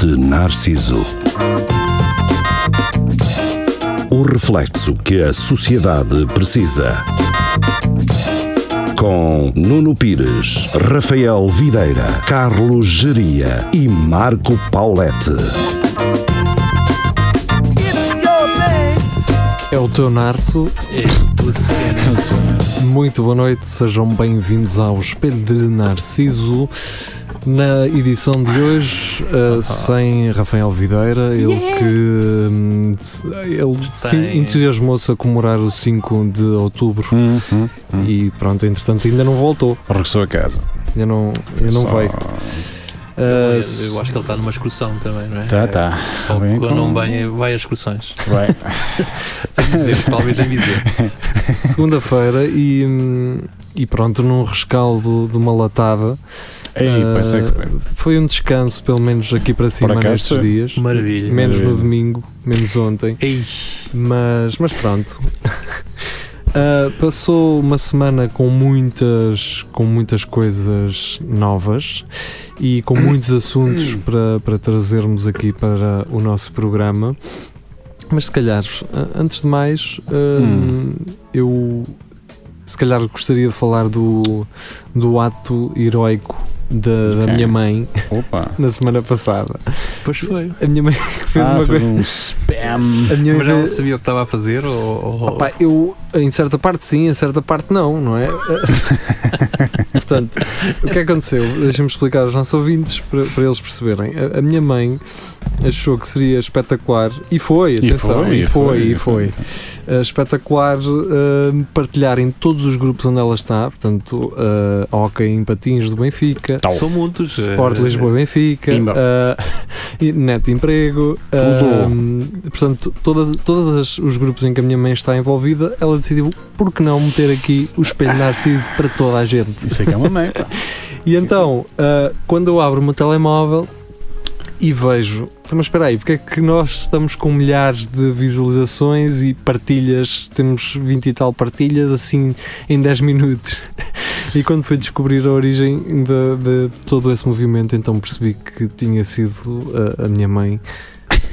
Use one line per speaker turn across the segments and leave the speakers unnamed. de Narciso. O reflexo que a sociedade precisa. Com Nuno Pires, Rafael Videira, Carlos Geria e Marco Paulette.
É o teu Narso. Muito boa noite, sejam bem-vindos ao Espelho de Narciso. Na edição de hoje, uh, sem Rafael Videira, ele que hum, se- ele se
Tem.
entusiasmou-se a comemorar o 5 de outubro e pronto, entretanto ainda não voltou,
Uhum, Regressou a casa.
ainda não, ainda não
Só-
veio.
Eu,
Uh,
eu acho que ele está numa excursão também, não é?
Tá, tá.
Só
bem
quando
com-
não vai, vai às excursões.
Vai.
Sem dizer, talvez nem dizer.
Segunda-feira e, hum, e pronto, num rescaldo de uma latada.
Ei,
Ah,
pensei que foi.
Foi um descanso, pelo menos aqui para cima
acaso
nestes
foi.
dias.
Maravilha.
Menos no
Maravilha.
domingo, menos ontem.
Ei,
Mas, mas pronto. Ah, passou uma semana com muitas, com muitas coisas novas e com muitos assuntos para, para trazermos aqui para o nosso programa. Mas se calhar, a- antes de mais, ah,
Hum.
eu se calhar gostaria de falar do, do ato heroico da, da
Ok.
minha mãe
Opa.
na semana passada.
pois foi.
A minha mãe que fez
Ah,
uma
fez
coisa.
um spam.
A minha
Mas
mãe
não sabia o que estava a fazer ou. ou-
Oh,
Opa, eu, em certa parte sim, em certa parte não, não é? Portanto, o que aconteceu? Deixa-me explicar aos nossos ouvintes para, para eles perceberem. A, a minha mãe achou que seria espetacular, e foi, atenção, e foi, e foi, eh, espetacular eh, partilhar em todos os grupos onde ela está, portanto, eh, Hockey em Patins do Benfica,
Tal.
São muitos. eh,
Sport Lisboa Benfica,
Pimba.
eh, e Neto Emprego, eh, portanto, todas, todas as- os grupos em que a minha mãe está envolvida, ela decidiu por que não meter aqui o espelho Narciso para toda a gente.
Isso é que é uma mãe. pá.
E então, eh, quando eu abro o meu telemóvel e vejo, "Então, mas espera aí, porque é que nós estamos com milhares de visualizações e partilhas, temos 20 e tal partilhas assim em 10 minutos? E quando fui descobrir a origem de, de todo esse movimento, então percebi que tinha sido eh, a, a minha mãe.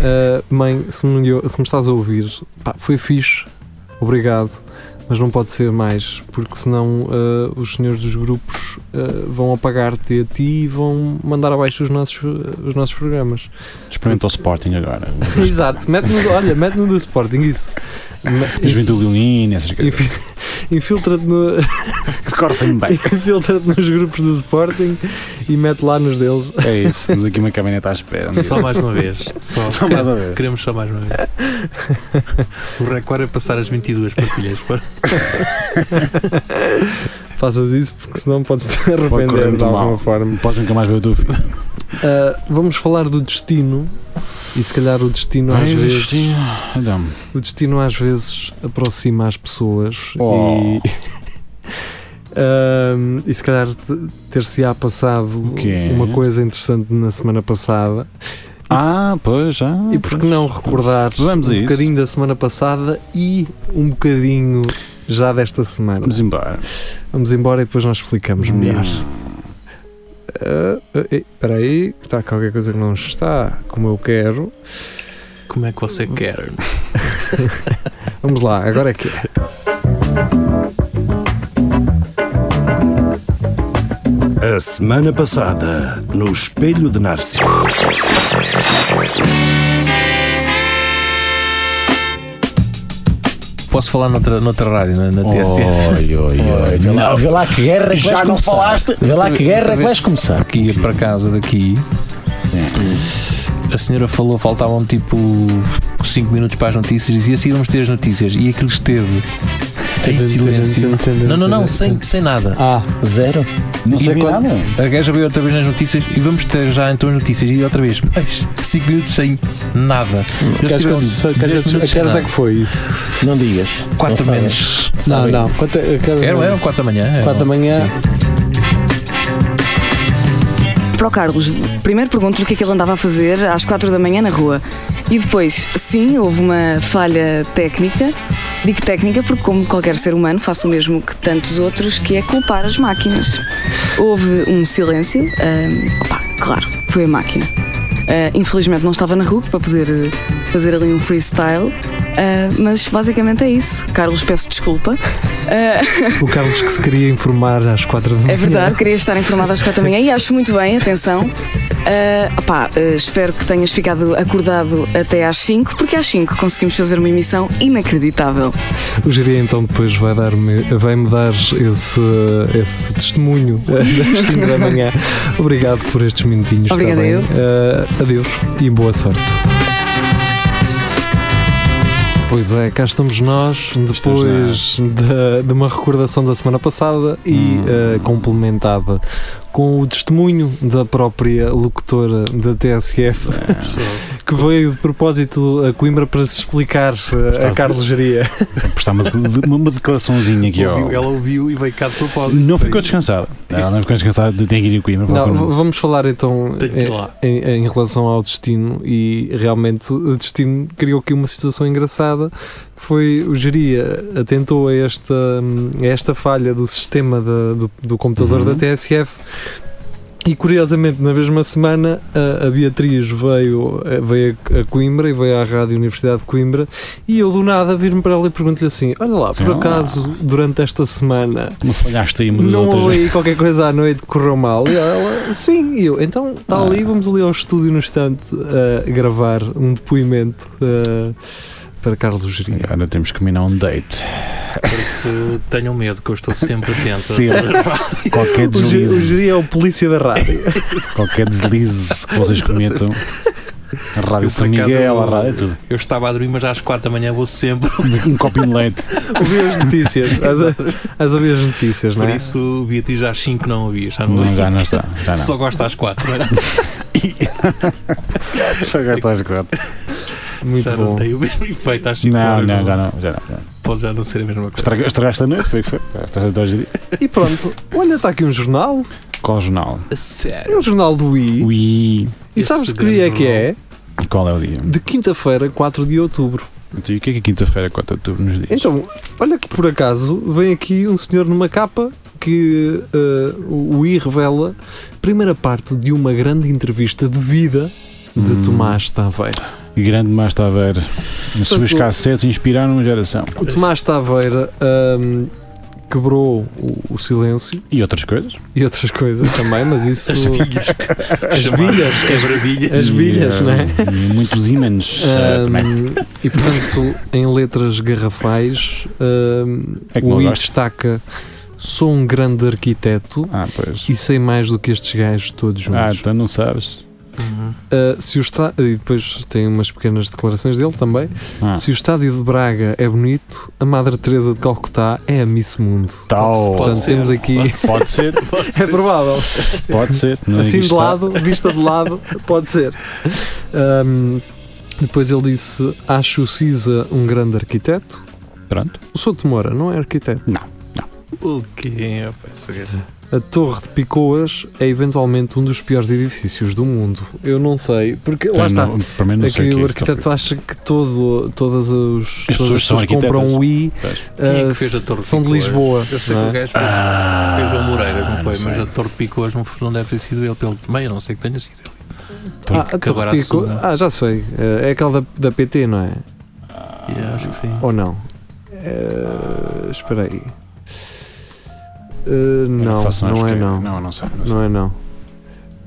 Ah, mãe, se me, se me estás a ouvir, pá, foi fixe, obrigado, mas não pode ser mais, porque senão ah, os senhores dos grupos ah, vão apagar-te a ti e vão mandar abaixo os nossos, eh, os nossos programas.
Experimenta o Sporting agora.
Exato, mete-nos, olha, mete-nos do Sporting, isso.
Depois vem do Leonino, essas coisas.
Infi- Infiltra-te no,
Que se corcem bem.
infiltra-te nos grupos do Sporting e mete lá nos deles.
É isso. Temos aqui uma caminhonete à espera. não é?
Só mais uma vez. Só,
Só mais uma vez.
Queremos só mais uma vez. O recorde é passar as 22 partilhas. pá.
Faças isso porque senão podes te
correr
arrepender
muito
de alguma
mal.
forma.
Não podes nunca mais ver o teu filho.
Ah, vamos falar do destino e se calhar o destino às
Ai,
vezes
Deus. Olha-me.
o destino às vezes aproxima as pessoas
Oh.
e Ahm, e se calhar te- ter-se-á passado
quê?
uma coisa interessante na semana passada
Ah, pois, já.
e por que não recordar
Vamos a
um
isso.
bocadinho da semana passada e um bocadinho já desta semana
Vamos embora.
Vamos embora e depois nós explicamos melhor. Ah, ah, eh, Espera aí, que está qualquer coisa que não está como eu quero.
Como é que você quer?
Vamos lá, agora é que é.
A semana passada, no Espelho de Narciso.
Posso falar noutra, noutra rádio, na, na TSF?
Oi, oi, oi.
Ah, Vê lá, vê lá que guerra que
Já
vais
não
começar.
falaste?
Vê lá que
Outra
guerra que
vez.
vais começar.
Que ia para casa daqui. A senhora falou, faltavam tipo 5 minutos para as notícias, dizia assim: vamos ter as notícias. E aquilo esteve em silêncio. Não, não, não, sem, sem nada.
Ah,
Zero.
Não
E
sei
quando-
nada.
A gaja veio outra vez nas notícias e vamos ter já então as notícias. E outra vez, 5 minutos sem nada. Eles tiveram dez minutos sem nada.
foi isso?
Não digas.
Quatro
Não
menos.
Não,
Sabem.
não. Quanto, é, eu quero-
Eram, eram 4 da manhã. eram.
Quatro da manhã.
Para o Carlos, primeiro pergunto o que é que ele andava a fazer às quatro da manhã na rua. E depois, sim, houve uma falha técnica. Digo técnica porque, como qualquer ser humano, faço o mesmo que tantos outros, que é culpar as máquinas. Houve um silêncio. hum, opa, claro, foi a máquina. Ah, infelizmente não estava na RUC para poder eh, fazer ali um freestyle, Ah, mas basicamente é isso. Carlos, peço desculpa. Ah,
O Carlos que se queria informar às quatro da manhã.
é verdade, queria estar informada às quatro da manhã e acho muito bem, atenção. Ah, opá, eh, espero que tenhas ficado acordado até às 5, porque às 5 conseguimos fazer uma emissão inacreditável.
O Jeria então depois vai dar-me, vai-me dar esse, esse testemunho das 5 da manhã. Obrigado por estes minutinhos.
Obrigada
está bem?
eu.
Eh, adeus e boa sorte. Pois é, cá estamos nós,
Estamos
depois da- de uma recordação da semana passada e
Hum.
eh, complementada com o testemunho da própria locutora da TSF,
É.
que veio de propósito a Coimbra para se explicar eh, a
Estava-
Carlos Jeria.
Vou Prestar uma, de- uma declaraçãozinha aqui,
Ouviu-
é
ó.
Ela ouviu e veio cá de propósito.
Não
Foi
ficou
isso.
descansada. Ela não ficou descansada de ter que ir a Coimbra. falar
Não,
connosco.
v- vamos falar então
Tenho que ir lá.
em, em- em relação ao destino e realmente o destino criou aqui uma situação engraçada que foi o geria atentou a esta, a esta falha do sistema da- do, do computador
Uhum.
da TSF e curiosamente na mesma semana a, a Beatriz veio, eh, veio a Coimbra e veio à Rádio Universidade de Coimbra e eu do nada vir-me para ela e pergunto-lhe assim olha lá, por
Ah.
acaso durante esta semana
Não falhaste aí, mudou
não
outras
houve
vezes.
aí qualquer coisa à noite que correu mal. E ela, sim, e eu, então está ali,
Ah.
vamos ali ao estúdio no instante a gravar um depoimento ah, para Carlos
É.
Geria.
Agora temos que combinar um date.
Por isso tenham medo que eu estou sempre atento.
Sempre. Qualquer
O Ge- o
deslize,
Geria é o polícia da rádio.
qualquer deslize que vocês cometam. A Rádio
Eu,
São
por acaso,
Miguel, a
eu-
rádio tudo.
Eu estava a dormir, mas às quatro da manhã vou sempre.
Um copinho de leite.
Ouvi as notícias. As, as ouvi as notícias, não
Por
é?
isso, Beatriz às 5 não ouvi. Já não
Não,
ouvi.
já não está. Já não.
Só gosto às é? 4.
Só gasta as quatro.
Muito
Já
bom.
não tem o mesmo efeito às 5
Não, não, já não. Já não. já não.
Pode já não ser a mesma coisa.
Estraga- Estragaste a noite? Foi o que foi? Estragaste a dois dias.
E pronto, olha, está aqui um jornal.
Qual jornal?
A
É
Sério.
um jornal do I.
Ui.
E
Esse
sabes que
grande
dia é que é?
Qual é o dia?
De quinta-feira, 4 de outubro.
Então, e o que é que a quinta-feira, 4 de outubro, nos diz?
Então, olha que por acaso vem aqui um senhor numa capa que eh, o I revela primeira parte de uma grande entrevista de vida de
Hum.
Tomás Taveira.
Grande Mas Taveira. As suas
Portanto-
cassetes inspiraram uma geração.
O Tomás Taveira ahm, quebrou o, o silêncio
E outras coisas?
e outras coisas também, mas isso.
As bilhas.
As bilhas.
Quebrabilhas.
As
E,
bilhas,
eh,
não é?
e Muitos ímãs. eh,
Ahm,
também.
e portanto, em letras garrafais, ahm,
É que não
o I
gosto.
destaca: sou um grande arquiteto
Ah, pois.
e sei mais do que estes gajos todos juntos.
Ah, então não sabes.
Uhum.
Uh, se o estra- E depois tem umas pequenas declarações dele também.
Ah.
Se o estádio de Braga é bonito, a Madre Teresa de Calcutá é a Miss Mundo.
Tal.
Portanto,
ser,
temos aqui.
Pode ser,
É provável.
pode ser. Não
assim
digo
de
isto.
lado, vista de lado, pode ser. Um, depois ele disse: Acho o Cisa um grande arquiteto.
Pronto.
O Souto Moura não é arquiteto.
O quê? Opa, esse gajo.
A Torre de Picoas é eventualmente um dos piores edifícios do mundo. Eu não sei, porque lá
Então,
está.
não- Para mim não sei
Aqui
o que
o
é isso,
arquiteto acha que todo, todas, os,
As
todas
pessoas são
que compram o I
Pois.
Quem é
ah,
que fez a Torre
são de
Picoas?
Lisboa.
Eu sei
não
que
é?
o gajo fez.
Ah,
Fez o Moreiras, não foi? mas
sei.
a Torre Picoas não, foi- não deve ter sido ele pelo meio, a não sei que tenha sido ele.
Ah, a
que agora
Torre Pico-
assume.
ah, já sei. Eh, É aquela da, da PT, não é?
E
Ah,
acho que sim.
Ou não? Eh, espera aí. Eh,
Eu
não,
faço mais
não é
que-
não.
Não, não sei. não sei.
Não é não.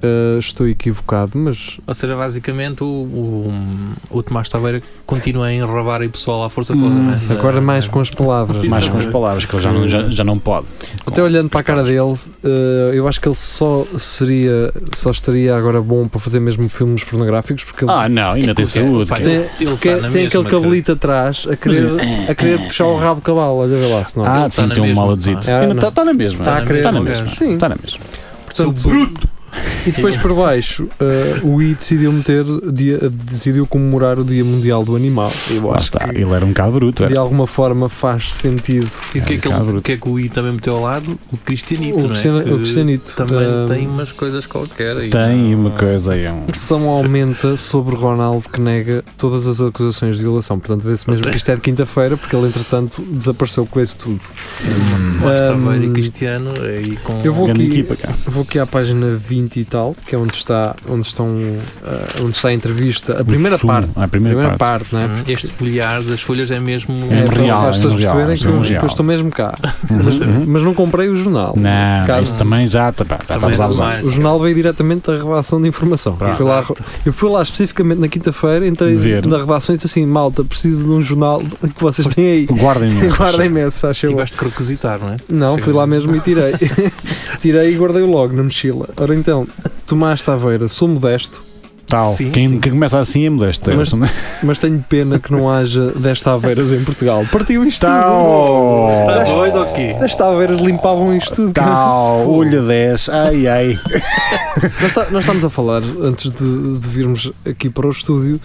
Eh, estou equivocado, mas
Ou seja, basicamente o, o, o Tomás Taveira continua a enravar aí pessoal à força toda.
Hum,
né?
agora mais com as palavras.
Mais
não
com
é?
as palavras, que ele já não, já, já não pode.
Até olhando para a cara dele, eh, eu acho que ele só seria, só estaria agora bom para fazer mesmo filmes pornográficos, porque ele é
Ah, não, ainda tem saúde. é-
Pá,
cara.
Tem-
ele- ele
que-
tá na
tem
mesma,
aquele
cara.
cabelito atrás a querer, a querer puxar o rabo cabal, olha vê lá, se não.
Ah,
Ele
sim,
tá
tem
na
um
mesma,
maladezito.
pá. É,
Ainda
não.
está na mesma.
Tá a querer,
Está na
ok.
mesma.
Sim.
Está na mesma.
Seu
Portanto,
bruto!
e depois por baixo, eh, o I decidiu meter, dia- decidiu comemorar o Dia Mundial do Animal. Eu
Lá
acho
está.
que
Ele era um bocado bruto.
de
Era.
alguma forma faz sentido.
E o que é que,
Cabra.
ele, o que é que o I também meteu ao lado? O Cristianito,
o,
não é?
Cristiano-
Que
o Cristianito
Também
eh,
tem umas coisas qualquer aí.
ah,
é?
Tem uma coisa aí. Um...
pressão aumenta sobre Ronaldo que nega todas as acusações de violação. Portanto, vê-se mesmo que isto é de quinta-feira, porque ele, entretanto, desapareceu com isso tudo.
Tomás Taveira
Hum,
Ah,
e Cristiano aí com.
eu vou-
Grande
aqui-
equipa, cara.
Vou aqui à página 20 20 e tal, que é onde está, onde estão, ah, onde está a entrevista, a primeira
sumo,
parte.
a primeira
parte, não é?
Hum, Este folhear das folhas é mesmo.
É
É, para
real,
as pessoas
é real,
perceberem
é
que eu,
real.
que eu estou mesmo cá.
Uhum.
Mas não comprei o jornal.
Não,
Caso-
isso também já, tá- pá, já
Também
estamos a
não
usar.
mais.
O jornal veio diretamente da redação de informação. Eu fui, lá, eu fui lá especificamente na quinta-feira, entrei
Ver.
na redação e disse assim: malta, preciso de um jornal que vocês têm aí.
Guardem-me.
Guarda imenso, acho eu.
Tiveste que requisitar, não é?
Não, fui lá mesmo e tirei. tirei e guardei-o logo na mochila. Ora então, Tomás Taveira, sou modesto,
Tal.
Sim,
quem,
sim.
quem começa assim é modesto.
Mas-
Mas, né?
mas tenho pena que não haja 10 Taveiras em Portugal. Partiu isto
Tal.
Está doido ou quê?
tudo. As Taveiras limpavam isto tudo. cara.
Tal. Olho 10. Ai, ai.
Nós, tá- nós estamos a falar, antes de, de virmos aqui para o estúdio,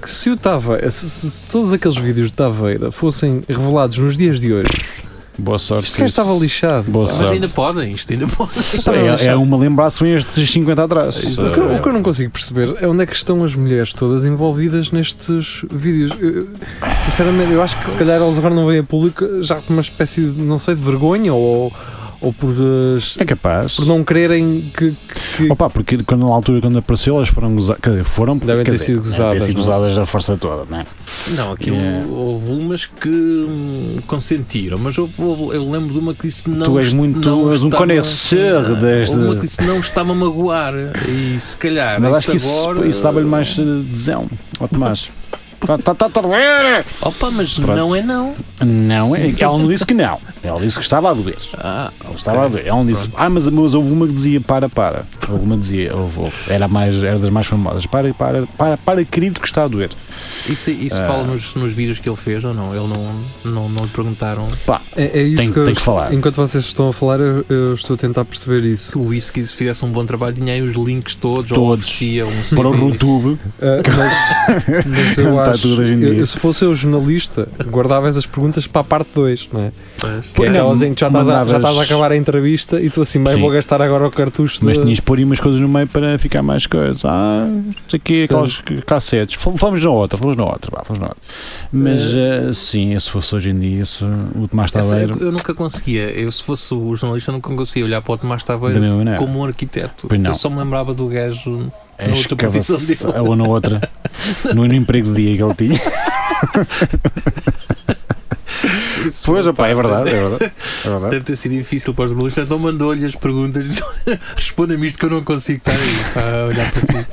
que se o Taveira, se, se- se todos aqueles vídeos de Taveira fossem revelados nos dias de hoje,
Boa sorte.
este gajo
isso.
estava lixado.
é Boa
Mas
sorte.
ainda podem, isto ainda pode.
Estava
É, é
lixado.
uma lembrança bem estes 50 atrás.
O que, eu- o que eu não consigo perceber é onde é que estão as mulheres todas envolvidas nestes vídeos. Eu- eu- sinceramente, eu acho que se calhar elas agora não vêm a público já com uma espécie de, não sei, de vergonha ou, ou por, eh,
É capaz.
por não quererem que. que- que-
Opa, porque quando, na altura quando apareceu, elas foram gozadas. Quer dizer, foram porque
Devem
quer
ter
dizer,
sido
devem
gozadas,
ter sido
não é?
gozadas da força toda, não é?
Não, aquilo
Yeah.
houve umas que hum, consentiram, mas houve- houve- eu lembro de uma que disse não.
Tu és
est-
muito-
não
és um
está-me-
conhecer
Sim,
deste-
Houve uma que disse não estava a magoar. E se calhar.
Mas
isso
acho que isso,
agora,
isso dava-lhe mais eh, desão ao Tomás. Tá, tá, tá, tá a doer!
Opa, mas
Pronto.
não é não.
Não, é- ela não disse que não. Ela disse que estava a doer.
Ah,
Ela estava a doer. Ela não disse, ah, mas, mas houve uma que dizia para, para. Houve uma que dizia, houve, houve. Era, a mais, era das mais famosas. Para, para, para, para, querido, que está a doer.
isso isso
Ah.
fala nos, nos vídeos que ele fez ou não? Ele não, não, não lhe perguntaram
É, é isso
Tem,
que eu.
tem que falar.
Enquanto vocês estão a falar, eu, eu estou a tentar perceber
se
isso.
o Whisky fizesse um bom trabalho, tinha aí os links todos, ou
Todos.
oferecia um
Para o
CD.
YouTube,
Ah, mas, mas eu
Está
acho.
tudo hoje em
eu-
dia.
eu, se fosse eu jornalista, guardava essas perguntas para a parte 2, não é?
Mas-
Que é
Não,
aquelas em que já estás, a, já
mandavas-
estás a acabar a entrevista e tu assim, bem,
Sim.
vou gastar agora o cartucho
mas
de-
tinhas de pôr aí umas coisas no meio para ficar mais coisas. Ah, isso aqui, aquelas cassetes. Fal- Falamos na outra, falamos na outra, vá, falamos na outra. Mas eh, sim, se fosse hoje em dia, se o Tomás
Essa
Taveiro,
eu nunca conseguia. Eu, se fosse o jornalista, nunca conseguia olhar para o Tomás
da
Tabeira
mesma maneira. É
como um arquiteto.
Pois não.
Eu só me lembrava do gajo
A
Na outra profissão
escavação- Ou na outra. no emprego de dia que ele tinha.
Isso
Pois,
foi,
opa, é
pá,
verdade, é
deve-
verdade. É verdade.
Deve ter sido difícil para os jornalistas, então mandou-lhe as perguntas e disse: responda-me isto que eu não consigo estar aí pá, a olhar para si.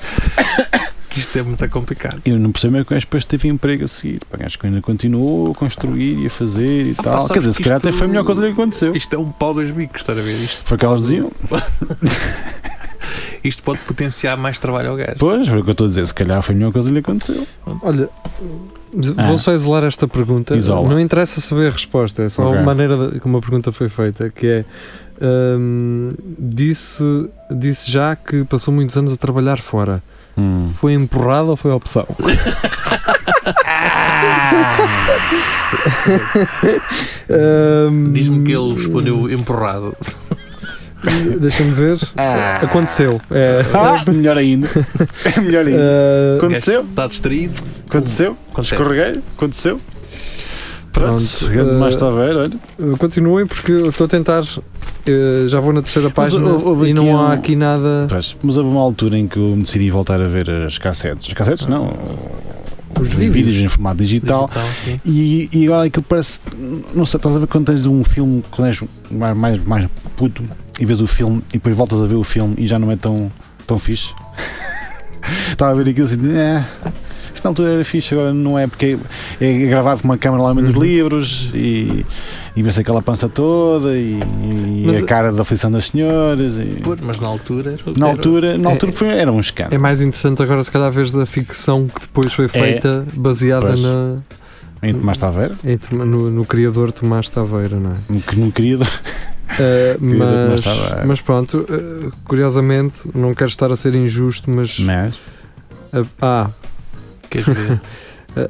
Que isto é muito complicado.
Eu não percebo é que o gajo depois teve emprego a seguir. Pá, acho que ainda continuou a construir e a fazer e
pá,
tal.
sabes
Quer dizer, se
que
calhar até
isto-
foi a melhor coisa que lhe aconteceu.
Isto é um pau dos bicos, estar a ver? Isto,
Foi o que elas diziam.
isto pode potenciar mais trabalho ao gajo.
Pois, foi o que eu estou a dizer. Se calhar foi a melhor coisa que lhe aconteceu.
Olha, z-
Ah.
vou só isolar esta pergunta.
Isola.
Não interessa saber a resposta, é só
Ok.
a maneira de- como a pergunta foi feita, que é hum, disse, disse já que passou muitos anos a trabalhar fora.
Hum.
Foi empurrado ou foi opção? Hum,
Diz-me que ele respondeu empurrado.
Deixa-me ver. Ah. Aconteceu. É.
Ah, melhor ainda. É melhor ainda.
Ah,
Aconteceu,
Está distraído.
aconteceu,
Acontece.
escorreguei, aconteceu. Pronto,
Pronto,
grande
eh,
mais está a ver, olha.
Uh, Continuem porque eu estou a tentar. uh, já vou na terceira página
houve- houve
e
aqui
não há
um-
aqui nada.
Pois, mas houve uma altura em que eu me decidi voltar a ver as cassetes. As cassetes não,
Os
os
vídeos.
vídeos, em formato digital.
Digital, então, sim.
E, e agora aquilo parece. Não sei, estás a ver quando tens um filme, quando és mais, mais, mais puto e vês o filme e depois voltas a ver o filme e já não é tão, tão fixe? Estava a ver aquilo assim, é, isto na altura era fixe, agora não é, porque é, é gravado com uma câmera lá nos
Uhum.
livros e, e vê-se aquela pança toda e, e
Mas-
a cara da aflição das senhoras. e-
Pois, mas na altura. era-
na
era-
altura, na
é-
altura foi, era um escândalo.
É mais interessante agora, se calhar, veres a ficção que depois
É.
foi feita baseada
Pois.
na, é
Em Tomás Taveira,
em Tom- no, no criador Tomás Taveira, não é?
que não queria.
Uh,
Tomás
mas,
Taveira.
mas pronto, uh, curiosamente, não quero estar a ser injusto, mas.
Mas,
uh, ah,
Queres ver?
uh,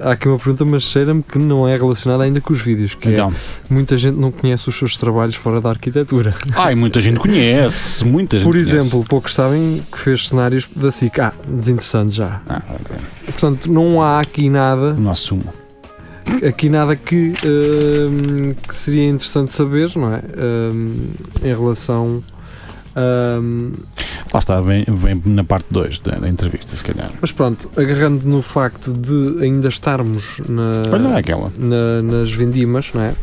há aqui uma pergunta, mas cheira-me que não é relacionada ainda com os vídeos, que
então.
é, muita gente não conhece os seus trabalhos fora da arquitetura.
Ai, muita gente conhece, muita gente
Por
conhece.
exemplo, poucos sabem que fez cenários da SIC. Ah, desinteressante já.
Ah, ok.
Portanto, não há aqui nada,
o nosso sumo.
aqui nada que, hum, que seria Ehm, interessante saber, não é? Hum, em relação. hum,
Lá está, vem, vem na parte 2 da, da entrevista, se calhar.
Mas pronto, agarrando no facto de ainda estarmos na-
Olha lá aquela.
na- nas vendimas, não é?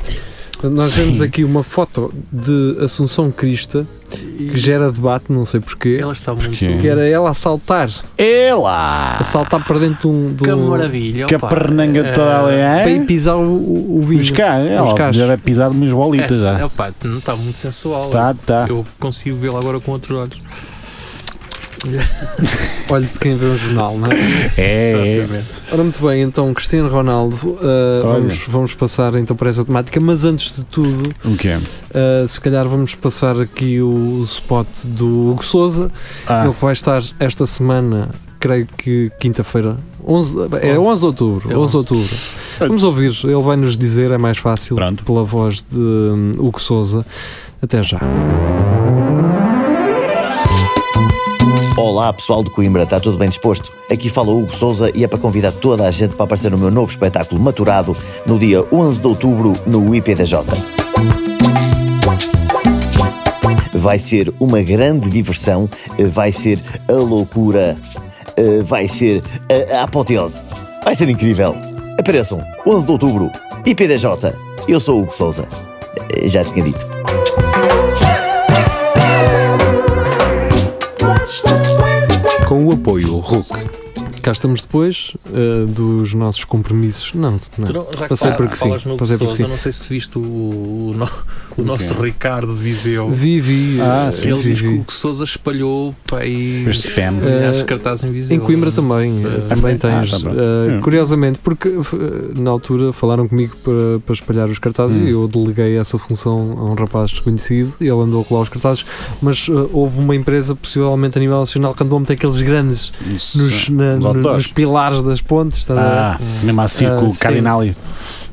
Nós
Sim.
temos aqui uma foto de Assunção Crista que gera debate, não sei porquê.
Elas são muito.
Porquê?
Que era ela a saltar, É
Ela!
a saltar para dentro de um. de
Que
um-
maravilha.
Que a
opa. eh,
pernanga toda ali
para
é.
ir pisar o, o, o vinho.
Os cá,
Os
ela
cachos. é
já deve pisar umas bolitas
Essa,
já.
opa, não está muito sensual.
Tá, tá.
Eu consigo vê-la agora com outros olhos.
Olhos de quem vê um jornal, não é?
É, é.
Exatamente.
Ora, muito bem, então, Cristiano Ronaldo, ah,
Olha.
vamos, vamos passar então para essa temática, mas antes de tudo,
O quê?
ah, se calhar vamos passar aqui o, spot do Hugo Souza.
Ah,
Ele que vai estar esta semana, creio que quinta-feira, 11, é 11 de outubro.
É
11 de outubro. Vamos ouvir, ele vai nos dizer, é mais fácil,
Pronto.
pela voz de hum, Hugo Souza. Até já.
Olá pessoal de Coimbra, está tudo bem disposto? Aqui fala Hugo Souza e é para convidar toda a gente para aparecer no meu novo espetáculo Maturado no dia 11 de outubro no IPDJ. Vai ser uma grande diversão, eh, vai ser a loucura, eh, vai ser a, a apoteose. Vai ser incrível. Apareçam, 11 de outubro, IPDJ. Eu sou Hugo Souza. Eh, Já tinha dito.
Com o apoio RUC. Cá estamos depois ah, dos nossos compromissos. Não,
Tu
não.
não- já que
Passei
fala-
porque sim,
falas no
passei porque
Sousa,
sim.
Não sei se viste o, o, no- o nosso Ricardo de Viseu.
Vi, vi.
Ah,
ah,
sim,
que ele
vi,
diz que
vi.
o Souza espalhou para aí
este spam.
Eh,
milhares de cartazes em Viseu.
Em Coimbra também, eh,
Ah,
também
tá
tens.
bom.
Eh,
Hum.
Curiosamente, porque f- na altura falaram comigo para, para espalhar os cartazes
Hum.
e eu deleguei essa função a um rapaz desconhecido e ele andou a colar os cartazes, mas eh, houve uma empresa, possivelmente a nível nacional, que andou a meter aqueles grandes
Isso.
nos, na-
Os
no-
outdoors.
nos pilares das pontes. estás a ver?
Ah, mesmo a circo
Ah, sim.
Cardinali.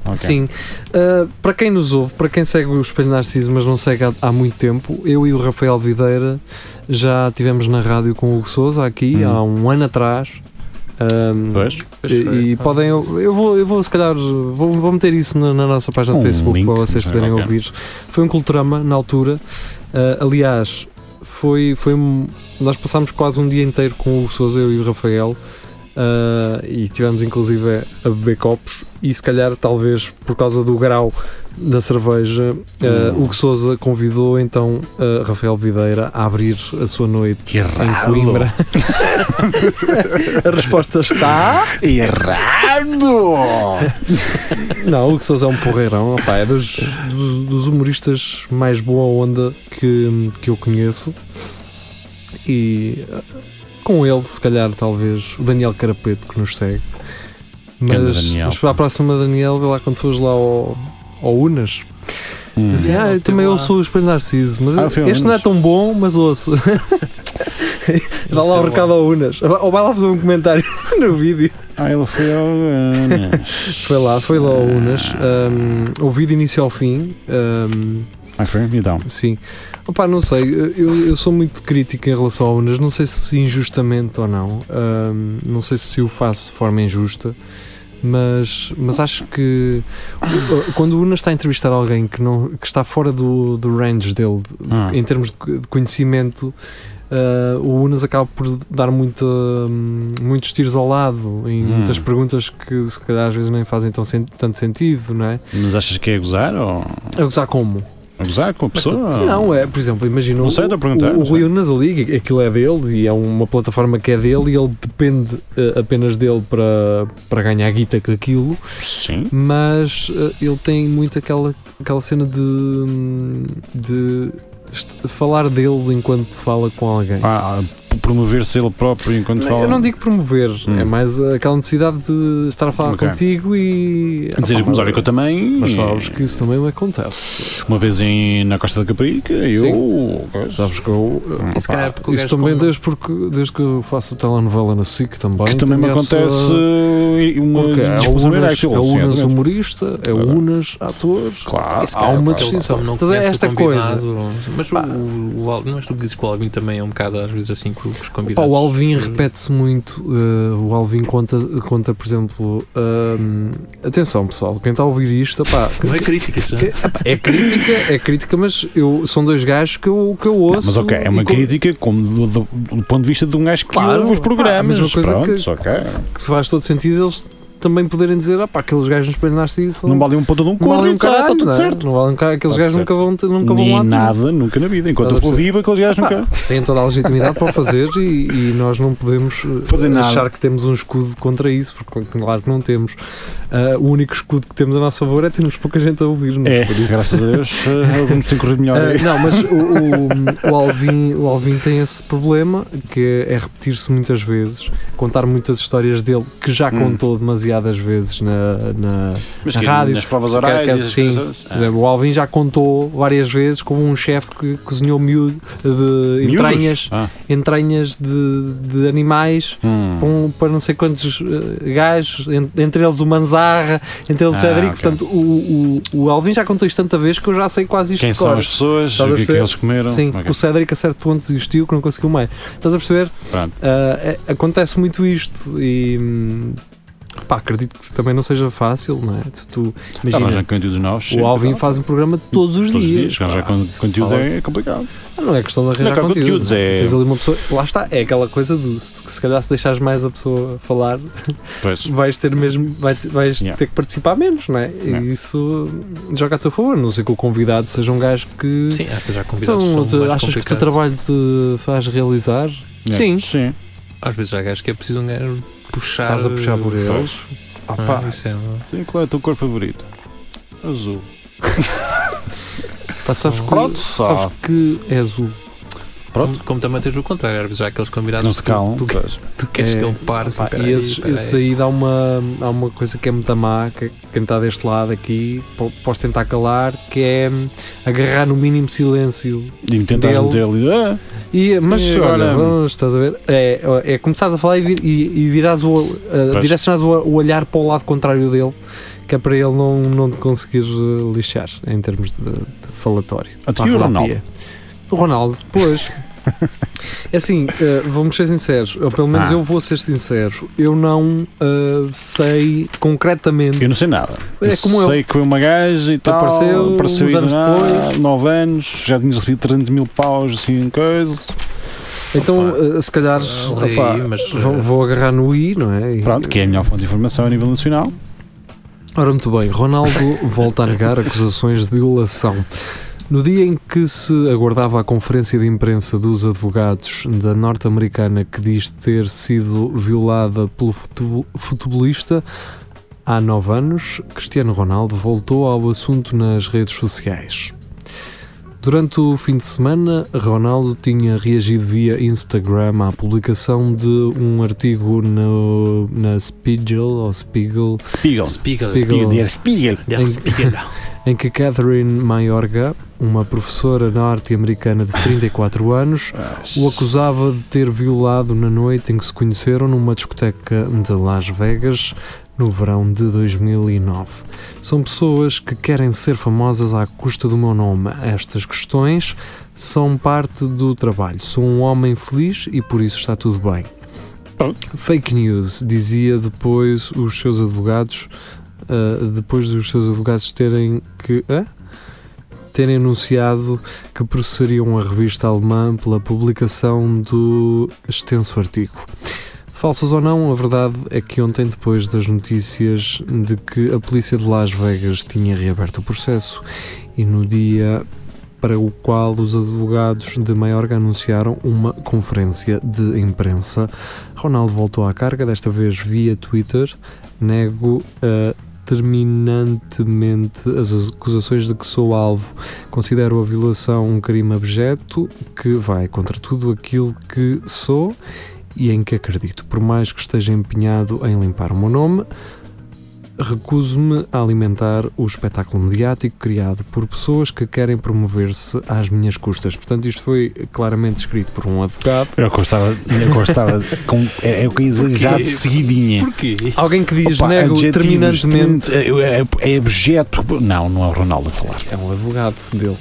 Ah, Ok.
Sim, Uh, para quem nos ouve, para quem segue o Espelho Narciso, mas não segue há, há muito tempo, eu e o Rafael Videira já tivemos na rádio com o Hugo Souza aqui
Uhum.
há um ano atrás. Um,
Pois.
e, e podem, eu, eu vou, eu vou se calhar, vou, vou meter isso na, na nossa página
Um
do Facebook
link,
para vocês
ok.
poderem
Ok.
ouvir. Foi um Culturama na altura, Uh, aliás, foi, foi um- nós passámos quase um dia inteiro com o Hugo Souza, eu e o Rafael, Uh, e tivemos inclusive a beber copos e se calhar talvez por causa do grau da cerveja uh,
Hum.
Hugo Souza convidou então uh, Rafael Videira a abrir a sua noite em
Errado.
Coimbra a resposta está
Errado!
não, o Hugo Souza é um porreirão opá, é dos, dos- dos humoristas mais boa onda que, que eu conheço e uh, com ele se calhar talvez o Daniel Carapeto que nos segue
Ganda
mas,
Daniel.
mas para a próxima Daniel vê lá quando fores lá ao, ao Unas
Hum.
Dizem, ah, eu também ouço o Espelho Narciso, mas
Ah, pelo
este não é
menos.
tão bom, mas ouço. Dá lá o recado ao Unas. Ou vai lá fazer um comentário no vídeo.
Ah, ele foi ao. Anas.
Foi lá, foi lá
Ah.
ao Unas. Um, ouvi de início ao fim. um,
Ah, foi? Então.
sim. Opa, não sei, eu, eu sou muito crítico em relação ao Unas, não sei se injustamente ou não. um, não sei se o faço de forma injusta. Mas, mas acho que uh, quando o Unas está a entrevistar alguém que, não, que está fora do, do range dele, de-
Ah.
em termos de, de conhecimento, eh, o Unas acaba por dar muita, hum, muitos tiros ao lado em
Hum.
muitas perguntas que se calhar às vezes nem fazem tão sen- tanto sentido, não é?
Mas achas que é gozar ou.
A gozar como?
A gozar com a pessoa?
Não, é, por exemplo, imagina
Ah. Não
o-
sei, estou a perguntar,
o, o
não
Rui
sei.
Unas ali, aquilo é dele e é uma plataforma que é dele e ele depende eh, apenas dele para, para ganhar guita com aquilo.
Sim.
mas eh, ele tem muito aquela, aquela cena de, hum, de est- falar dele enquanto fala com alguém.
Ah, ah, promover-se ele próprio enquanto
Não,
fala.
eu não digo promover,
Hum.
é mais aquela necessidade de estar a falar
Ok.
contigo e.
Dizer,
Ah, pá,
mas olha que eu também.
mas sabes que isso também me acontece.
Uma vez em, na Costa da Caparica, eu.
Sabes que eu.
Hum,
Se calhar é porque o
Isso
gajo
também
como-
desde, porque, desde que eu faço telenovela na SIC também.
que também me
essa-
acontece eh, uma
Porque é o
difusão
Unas,
erétil,
é o
sim,
Unas
exatamente.
humorista, é o
Ah.
Unas ator.
Claro,
Há uma
claro.
distinção.
Como não
Estás a ver?
conhece
é Esta
o
coisa.
combinado, Mas o, o, o, Al- não és tu que dizes que o Alvin também é um bocado às vezes assim com com os
Pá,
convidados.
o Alvin repete-se muito. eh, o Alvin conta, conta por exemplo. ahm, atenção, pessoal, quem está a ouvir isto, opá,
Não é críticas, não é?
é, opá, é crítica, é crítica, mas eu, são dois gajos que eu, que eu ouço.
Mas ok, é uma
e co-
crítica como do, do- do ponto de vista de um gajo que
Claro,
ouve os
pá, a
programas.
mesma coisa
Pronto,
que-
ok.
Que faz todo sentido eles também poderem dizer, opá, aqueles gajos no espelho nasce isso.
Não vale um ponto de um corno,
um
está
caralho,
tudo
não é?
certo.
Não vale um caralho, aqueles
Tá
gajos
tudo
nunca vão, ter- nunca vão lá.
Nem
nenhum.
nada, nunca na vida. Enquanto eu
Tá
for vivo, aqueles gajos
Pá,
nunca.
Eles têm toda a legitimidade para o fazer e, e nós não podemos eh,
Fazer nada.
achar que temos um escudo contra isso, porque claro que não temos. Ah, o único escudo que temos a nosso favor é termos pouca gente a ouvir-nos.
É,
por isso.
graças a Deus, eh, vamos ter corrido melhor.
Ah, não, mas o, o- o Alvin, o Alvin tem esse problema que é repetir-se muitas vezes, contar muitas histórias dele que já
Hum.
contou demasiadas vezes na, na,
Mas
na rádio.
nas provas
quer-
orais,
quer
e essas
sim.
coisas.
Por exemplo, O Alvin já contou várias vezes que houve um chefe que cozinhou miúdo de
Miúdos?
entranhas,
Ah.
entranhas de, de animais
Hum.
para, um- para não sei quantos eh, gajos, en- entre eles o Manzarra, entre eles o
Ah,
Cedric.
ok.
Portanto, o, o, o Alvin já contou isto tanta vez que eu já sei quase isto
Quem
de
são
cor.
as pessoas,
Estás a
o que é que é?
perceber?
eles comeram.
Sim,
Ok,
que o Cedric a certo ponto desistiu que não conseguiu mais. Estás a perceber?
Pronto.
Ah, é- acontece muito isto e hum, pá, acredito que também não seja fácil, não é? Tu, tu-
Já
imagina,
arranjam conteúdos novos. sim,
o Alvin
claro.
faz um programa todos os
Todos os
dias.
dias. Arranjar con- conteúdos
fala-
é complicado.
Não é questão de
Não
arranjar
é que há
conteúdo.
conteúdos,
não é?
é-
Tu Tens ali uma pessoa, lá está, é aquela coisa do se, que se calhar se deixares mais a pessoa falar,
Pois.
vais ter mesmo, vai- vais,
Yeah.
ter que participar menos, não é? E
Yeah.
isso joga a teu favor, a não ser que o convidado seja um gajo que
Sim, há já
Então,
convidados que
tu
são mais
achas que o teu
complicados.
trabalho te faz realizar?
É.
Sim.
Sim.
Às vezes há gajos que é preciso um gajo puxar.
Estás a puxar por eles? Ah,
Ah,
pá,
isso é uma-
Sim, Qual é a tua cor favorita? Azul.
pá, sabes, que,
um Pronto, só.
sabes que é azul.
Pronto.
Como, como também tens o contrário, às vezes há aqueles convidados
Não se
que tu-
calam.
Tu,
pois.
tu queres
É,
que ele pare assim,
Pá,
espera
e
aí,
esses-
espera aí.
esse aí dá uma, há uma coisa que é muito má, que quem está deste lado aqui, po- posso tentar calar, que é hum, agarrar no mínimo silêncio.
E me tentas
Dele.
meter ali. Ah,
E, mas
E
olha,
agora-
vamos, estás a ver? É, é começares a falar e, vir, e, e virás o, uh,
Pois.
direcionares o, o olhar para o lado contrário dele, que é para ele não, não te conseguir uh, lixar em termos de, de falatório.
Até o
Pá,
Ronaldo.
Pia. O Ronaldo, pois. É assim, eh, vamos ser sinceros, ou pelo menos
Ah.
eu vou ser sincero, eu não eh, sei concretamente.
Eu não sei nada.
É
Eu
como eu.
sei que foi uma gaja e tal.
Apareceu uns
aí do
anos
nada,
depois.
nove anos. Já tinhas recebido 300 mil paus, assim, coisa.
então, eh, se calhar,
Ah, ali,
opá,
mas,
vou,
eh,
vou agarrar no I, não é? E-
Pronto, que é a melhor fonte de informação a nível nacional.
Ora, muito bem, Ronaldo volta a negar acusações de violação. No dia em que se aguardava a conferência de imprensa dos advogados da norte-americana que diz ter sido violada pelo futu- futebolista há nove anos, Cristiano Ronaldo voltou ao assunto nas redes sociais. Durante o fim de semana, Ronaldo tinha reagido via Instagram à publicação de um artigo no- na Spiegel, ou Spiegel,
Spiegel.
Spiegel.
Spiegel.
Der Spiegel.
Der Spiegel.
em que Catherine Mayorga, uma professora norte-americana de 34 anos, o acusava de ter violado na noite em que se conheceram numa discoteca de Las Vegas no verão de 2009. São pessoas que querem ser famosas à custa do meu nome. Estas questões são parte do trabalho. Sou um homem feliz e por isso está tudo bem. Fake news, dizia depois os seus advogados, ah, depois dos seus advogados terem que. hã? terem anunciado que processariam a revista alemã pela publicação do extenso artigo. Falsas ou não, a verdade é que ontem, depois das notícias de que a polícia de Las Vegas tinha reaberto o processo e no dia para o qual os advogados de Maiorga anunciaram uma conferência de imprensa, Ronaldo voltou à carga, desta vez via Twitter. Nego eh, terminantemente as acusações de que sou alvo Considero a violação um crime abjeto que vai contra tudo aquilo que sou e em que acredito. Por mais que esteja empenhado em limpar o meu nome, recuso-me a alimentar o espetáculo mediático criado por pessoas que querem promover-se às minhas custas. Portanto, isto foi claramente escrito por um advogado.
Eu gostava, eu gostava com, é, é o que eu exagerado de seguidinha.
Porquê?
Alguém que diz
Opa,
nego
adjetivos,
terminantemente.
termin- é, é, é objeto. Não, não é o Ronaldo a falar.
É um advogado dele.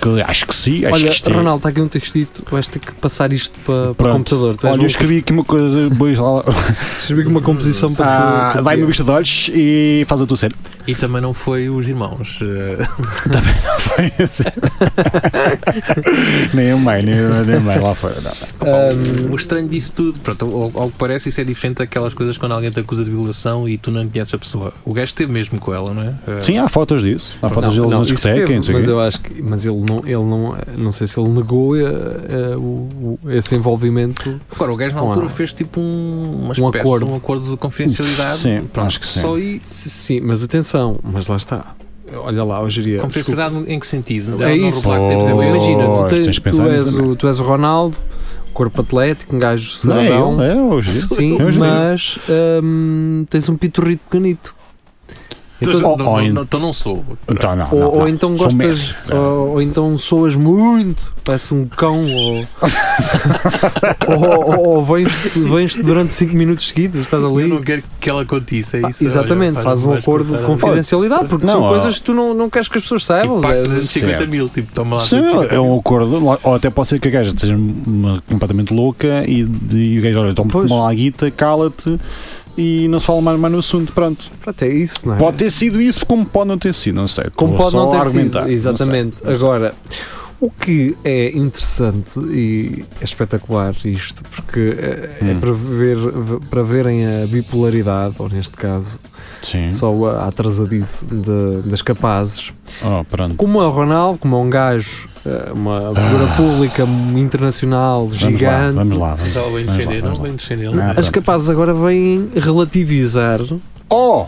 que eu acho que sim, acho
Olha,
que isto é-
Ronaldo, está aqui um textito. Vais ter que passar isto para, para o
Pronto.
computador. Tu és um
Olha, eu
bom
escrevi aqui uma coisa, bois lá.
com- escrevi uma composição para.
Ah, Dá-me uma vista de olhos e faz a tua cena.
E também não foi os irmãos. eh,
Foi assim. nem a mãe, nem, nem a mãe lá fora. Não.
Opa,
Ahm.
o estranho disso tudo, pronto, ao, ao que parece, isso é diferente daquelas coisas quando alguém te acusa de violação e tu não conheces a pessoa. O gajo esteve mesmo com ela, não é? Eh,
Sim, há fotos disso. Há fotos deles na
isso
discoteca,
teve,
e não sei o
mas
quê.
eu acho que mas ele não ele não não sei se ele negou eh, eh, o- o- esse envolvimento
Agora, o gajo na
Não há
altura
nada.
fez tipo um, uma
Um
espécie,
acordo.
um acordo de confidencialidade.
Sim,
Pronto,
acho que sim.
Só aí,
S- sim mas atenção mas lá está olha lá hoje iria
confidencialidade em que sentido? De
É
ela não
isso.
revelar que temos a ver?
imagina tu,
Pois,
tens-
Oh, tens de pensar
tu
nisso
és
também.
o, tu és o Ronaldo corpo atlético um gajo
Não é
cidadão
ele, é hoje.
sim
Eu juro.
mas hum, tens um pitorrito pequenito
Então,
Ou-
não,
ou
não,
em-
não, então não sou.
Oh, Então, não,
ou,
não,
ou
não.
então
Sou
gostas
Messi.
ou, ou então soas muito parece um cão ou ou, ou, ou vens, vens durante 5 minutos seguidos estás ali
Eu não quero que ela conte isso, é
Ah,
Pá,
isso.
exatamente,
Olha, pá,
faz
não
um
vais
acordo de
contar a mim.
confidencialidade, porque
Não,
são
ó.
coisas que tu não, não queres que as pessoas saibam.
E pacto de
é-
250
certo.
mil, tipo, toma lá.
Sim,
250
é
mil.
um acordo, ou até pode ser que a gaja seja uma- completamente louca e, e o gajo, olha, então
Pois.
toma lá a guita, cala-te e não se fala mais, mais no assunto, pronto.
Pronto, é isso, não é?
Pode ter sido isso, como pode não ter sido, não sei.
Como
Vou
pode
só
não ter
argumentar,
sido.
não
Exatamente. Agora, o que é interessante e é espetacular isto, porque é, é
Hum.
para, ver, para verem a bipolaridade, ou neste caso,
sei. Sim.
só a atrasadice de- das capazes,
Oh, pronto.
como é o Ronaldo, como é um gajo, eh, uma figura pública internacional,
Ah. Vamos lá,
gigante.
vamos lá. Vamos
Já o bem
Vamos lá,
defender, não
vamos
o bem defender.
Não,
não é?
As capazes agora vêm relativizar,
Oh!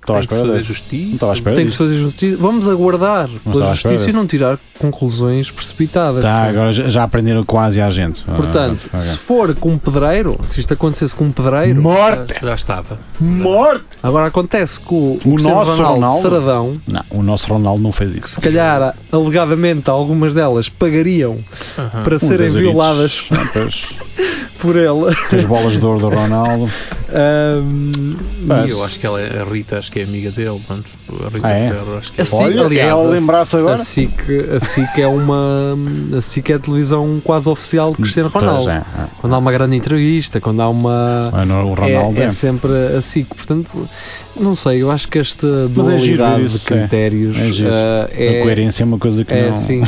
Estava à
Tem que se
espera
fazer
desse. Não
justiça.
estava à espera
tem que se
disso.
fazer justiça. Vamos aguardar
estava
pela
à espera
justiça e
disso.
não tirar conclusões precipitadas.
Tá, agora já já aprenderam quase à gente. Ah,
Portanto,
ok.
se for com um pedreiro, se isto acontecesse com um pedreiro,
Morte!
Já- Já estava.
Morte!
agora acontece com o, Cristiano
nosso Ronaldo?
Saradão,
Não, o nosso Ronaldo não fez
que
isso.
se calhar alegadamente algumas delas pagariam para
Uns
serem
lazaritos.
violadas
Ah, pois.
por ele.
As bolas de ouro do Ronaldo.
Ahm,
Pá,
E eu acho que ela é, a Rita, acho que é amiga dele, pronto. A Rita
Ah, é?
Ferro, acho que é.
assim,
Olha,
aliás,
ela
assim-
lembrar-se agora.
A SIC, a SIC é uma. A SIC é a televisão quase oficial de Cristiano
Pois
Ronaldo.
é, é.
Quando há uma grande entrevista, quando há uma.
Ah, não, o Ronaldo
é,
é.
é sempre a SIC. Portanto, não sei, eu acho que esta
Mas é giro
dualidade
ver isso,
de critérios
é. É giro.
ah, é.
A coerência é uma coisa que
é,
não,
sim.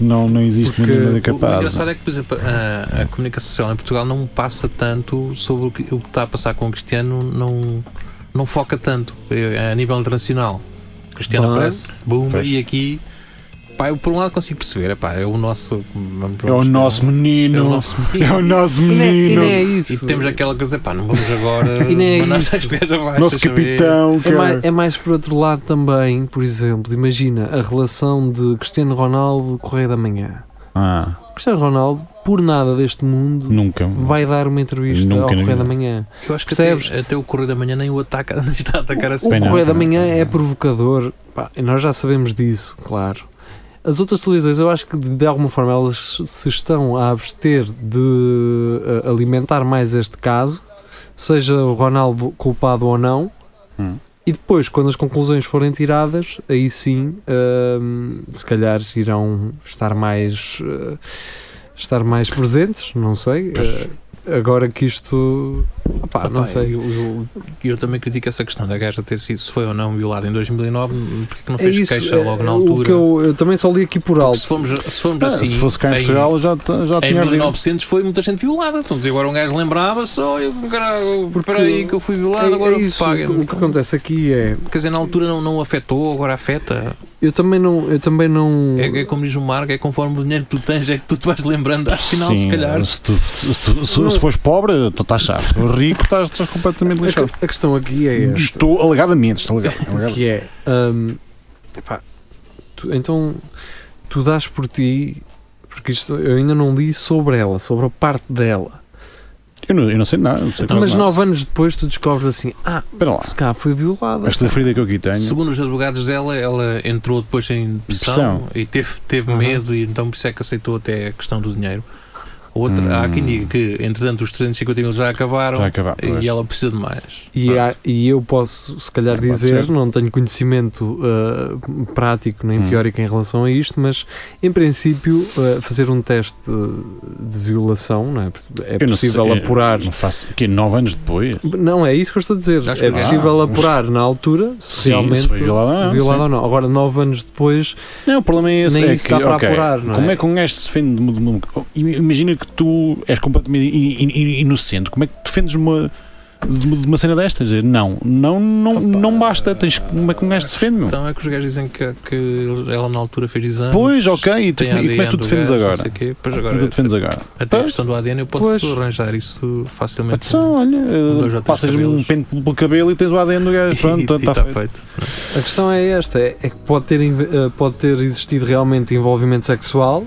não, não existe
Porque
nenhuma
O- O
capaz.
engraçado é que, por exemplo, a, a comunicação social em Portugal não passa tanto sobre o que, o que está a passar com o Cristiano, não, não foca tanto eh, a nível internacional. O Cristiano
Mas-
aparece, boom,
Pois.
e aqui, pá, eu por um lado consigo perceber, epá, é o nosso.
É o nosso
É o
menino.
nosso
É o nosso
E nem, e
menino.
nem é
E
isso.
temos aquela coisa, pá, não vamos agora.
E nem é
mandar
isso.
este gajo abaixo,
Nosso
deixa ver.
capitão.
É
cara.
mais, é mais por outro lado também, por exemplo, imagina a relação de Cristiano Ronaldo Correio da Manhã.
Ah,
Cristiano Ronaldo, por nada deste mundo,
nunca.
vai dar uma entrevista
Nunca
ao
na
Correio
vida.
da Manhã.
Eu acho que
Percebes?
até, até o correio da manhã nem o ataca, nem está a atacar assim.
O
Bem, não,
Correio da
não,
Manhã
não, não.
é provocador, pá, e nós já sabemos disso, claro. As outras televisões, eu acho que de de alguma forma elas se estão a abster de eh, alimentar mais este caso, seja o Ronaldo culpado ou não.
Hum.
E depois, quando as conclusões forem tiradas, aí sim, hum, se calhar irão estar mais, eh, estar mais presentes, não sei. eh, agora que isto. opá,
Pá,
não sei.
Eu, eu- eu também critico essa questão da gaja ter sido, se foi ou não violada em 2009, porque que não
É
fez
isso,
queixa logo na
é, o
altura?
que eu, eu também só li aqui por alto.
se fomos, se fomos
Ah,
assim.
se fosse cá em Portugal, já, t- já
Em
tinha ardido.
1900 foi muita gente violada. Então, e agora um gajo lembrava-se, oh, eu, caralho,
Porque-
espera aí que eu fui
É-
violado,
é
agora
isso,
paguem.
o que acontece aqui é.
Quer dizer, na altura não, não afetou, agora afeta.
Eu também não. Eu também não
É, é como diz o Marco, é conforme o dinheiro que tu tens, é que tu te vais lembrando. Afinal, se
Sim,
calhar.
Se, tu, se, tu- se- se fores pobre, tu estás chato. Se fores rico, estás, estás completamente
a,
lixado.
É que- a questão aqui é.
Hum.
esta,
Estou alegadamente, estou alegado. alegado.
que é. hum, epá, tu- então, tu dás por ti. Porque isto, eu ainda não li sobre ela, sobre a parte dela.
Eu, não, eu não sei nada. Não sei
Mas
quase nada.
nove anos depois tu descobres assim: ah,
Espera lá.
se cá foi violada.
Esta ferida que eu aqui tenho.
Segundo os advogados dela, ela entrou depois em depressão,
Depressão.
e teve, teve
Uhum.
medo, e então por isso é que aceitou até a questão do dinheiro. Outra,
Hum.
Há quem diga que, entretanto, os 350 mil já acabaram
Já acabar. pois.
e ela precisa de mais.
E,
Pronto.
há- e eu posso, se calhar,
Pode
dizer,
ser.
não tenho conhecimento uh, prático nem
Hum.
teórico em relação a isto, mas em princípio, uh, fazer um teste de, de violação não é, Porque é
Eu não
possível
sei, eu
apurar.
Não faço. Que nove anos depois?
Não, é isso que eu estou a dizer.
Acho que
É
não.
possível
Ah.
apurar na altura se realmente
se foi violado, Ah, não,
violado ou não. Agora, nove anos depois,
sim. Não, o problema é esse.
nem
é
isso
que,
dá para
ok,
apurar, não
Como
é?
é que um gajo se defende de uma- de uma- Imagina que tu és completamente in- in- in- inocente. Como é que te defendes de uma, de uma- de uma cena destas? Dizer, Não, não, não, não basta. Tens, como é que um gajo se defende, meu?
Então é que os gajos dizem que, que ela na altura fez exames.
Pois, ok. E, tu-
tem
e como é
ADN
que tu
do
defendes
gajo, não
agora?
sei o quê. Pois
Como é que
agora,
tu defendes agora?
até a
Pois.
questão do ADN eu posso
Pois.
arranjar isso facilmente.
Então, olha,
tipo, um, dois ou três
passas-lhe um
cabelos.
pente pelo cabelo e tens o ADN do
E-
gajo. Pronto, está
e- e tá
feito.
feito.
A questão é esta: é, é que pode ter, inve- eh, pode ter existido realmente envolvimento sexual.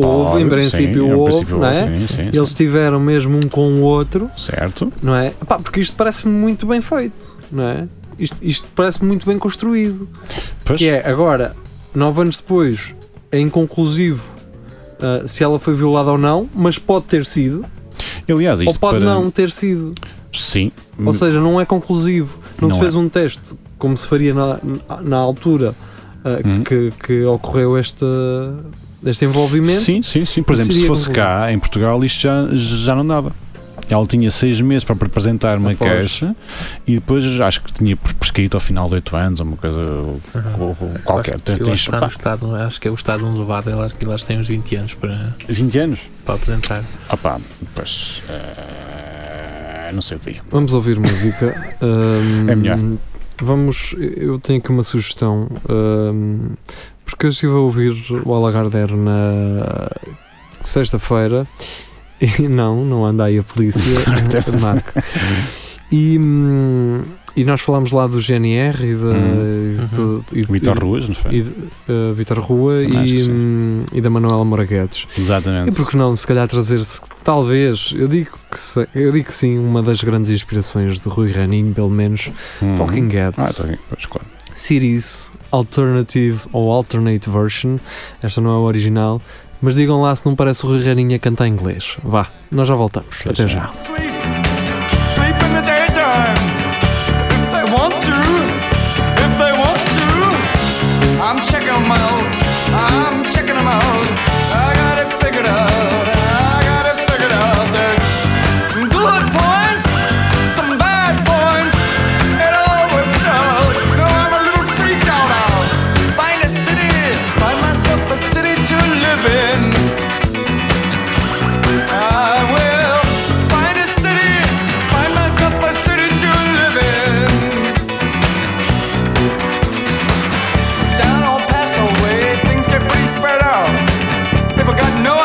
Houve, em
Sim,
princípio,
em
houve,
princípio
não é?
né?
houve, sim, sim, sim.
Eles tiveram mesmo um com o outro,
Certo.
não é? Epá, porque isto parece-me muito bem feito, não é? Isto, isto parece muito bem construído.
Pois.
Que é, agora, nove anos depois, é inconclusivo ah, se ela foi violada ou não, mas pode ter sido,
Aliás, isto
ou pode
para...
não ter sido.
Sim.
Ou seja, não é conclusivo. Não, se
Não é.
fez um teste como se faria na, na altura ah,
Hum.
que, que ocorreu este, este envolvimento.
Sim, sim, sim. Por
Isso
exemplo, se
iria
fosse cá, em Portugal, isto já, já não dava. Ela tinha seis meses para apresentar uma
Após.
queixa e depois acho que tinha pres- prescrito ao final de oito anos, ou uma coisa ou-
Uhum.
ou- ou qualquer.
Acho- eu
Tens, tens
acho, que está no
pá,
estado, não é? acho que é o estado onde levado, eu acho que elas têm uns 20 anos para,
20 anos?
para apresentar.
Ah pá, pois. eh, não sei o que digo.
Vamos ouvir música. Ahm,
É melhor.
Vamos, eu tenho aqui uma sugestão. ahm, porque eu estive a ouvir o Alagarder na sexta-feira. E não, não anda aí a polícia, Marco. E, hum, e nós falámos lá do GNR e, da,
Uhum.
e de tudo- e de-
Vitor Ruas, não foi?
e de- eh, Vítor Rua
Também acho que
e,
sim.
hum, e da Manuela Moraguetes. E
Exatamente.
por que não, se calhar, trazer-se, talvez, eu digo, que se- eu digo que sim, uma das grandes inspirações de Rui Raninho, pelo menos,
Hum.
Talking
Ah,
Heads,
Talking, pois claro.
Series, Alternative ou Alternate Version, esta não é a original, mas digam lá se não parece o Rui Raninho a cantar em inglês. Vá, nós já voltamos,
Pois
até
é.
já.
sleep, sleep in the daytime. If they want to, if they want to, I'm checking 'em out. I'm checking 'em out. I got it figured out. I got it figured out. There's good points, some bad points. It all works out. No, I'm a little freaked out. I'll find a city, find myself a city to live in. I will find a city, find myself a city to live in. Down El Paso way, things get pretty spread out. Oh,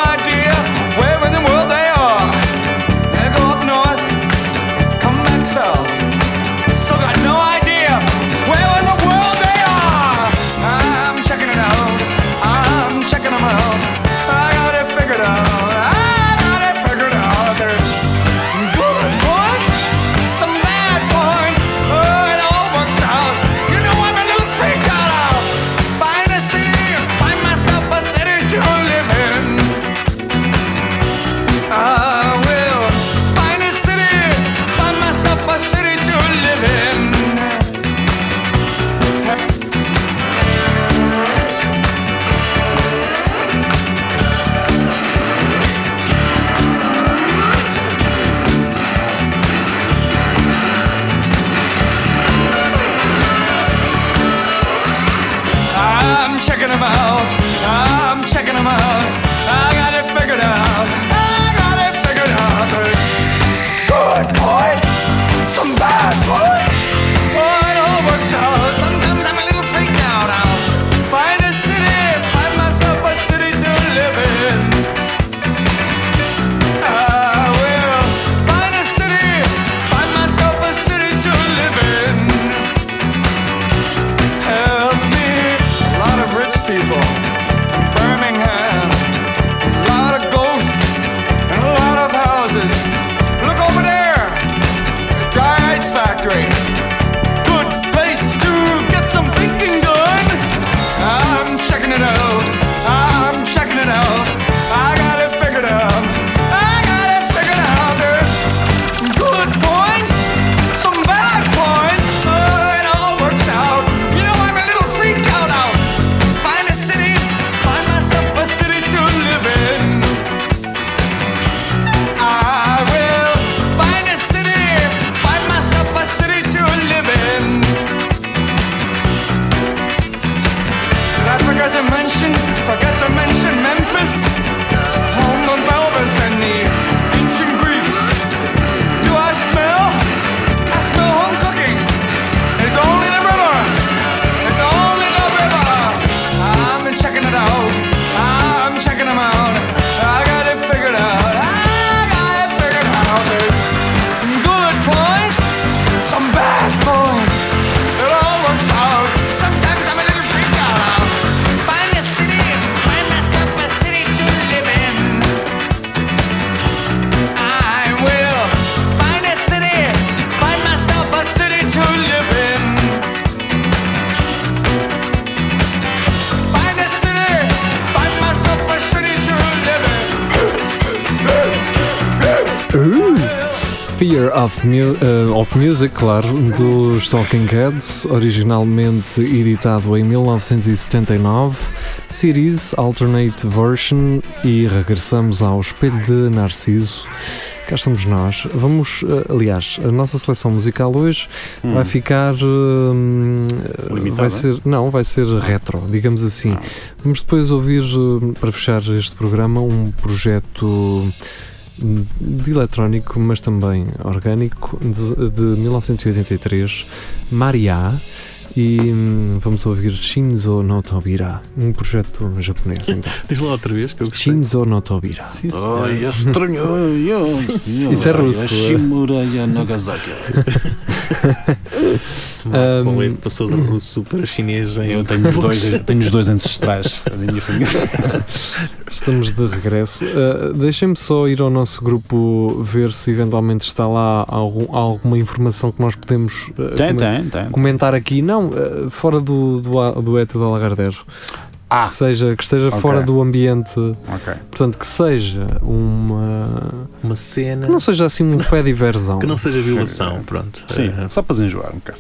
Fear of, Mu- eh, of Music, claro, dos Talking Heads, originalmente editado em 1979, Series Alternate Version e regressamos ao Espelho de Narciso. Cá estamos nós. Vamos, eh, aliás, a nossa seleção musical hoje
Hum.
vai ficar. hum,
Limitada?
vai ser, não, vai ser retro, digamos assim.
Ah.
Vamos depois ouvir, hum, para fechar este programa, um projeto hum, de eletrónico, mas também orgânico, de, de 1983, Mariá. E hum, vamos ouvir Shinzo no Tobira, um projeto japonês. Então.
Diz lá outra vez que eu gostei.
Shinzo no Tobira.
Sim, senhor.
Ai, é estranho. ai, ai, senhora,
Isso é russo, é?
Shimuraya Nagasaki.
Mal,
Ahm.
Paulinho passou de russo para chinês em
Eu tenho os dois, eu tenho os dois ancestrais da minha família.
Estamos de regresso. Uh, Deixem-me só ir ao nosso grupo ver se eventualmente está lá algum- alguma informação que nós podemos uh,
Tem,
comen-
tem, tem.
comentar aqui. Não, uh, fora do, do, a- do Eto da Lagardère.
Ah.
Que seja, que esteja
Ok.
fora do ambiente,
Ok.
portanto, que seja uma.
uma cena
que não seja assim um fé diversão.
Ah. que não seja violação. Pronto.
Sim,
Ah,
só para desenjoar um bocado.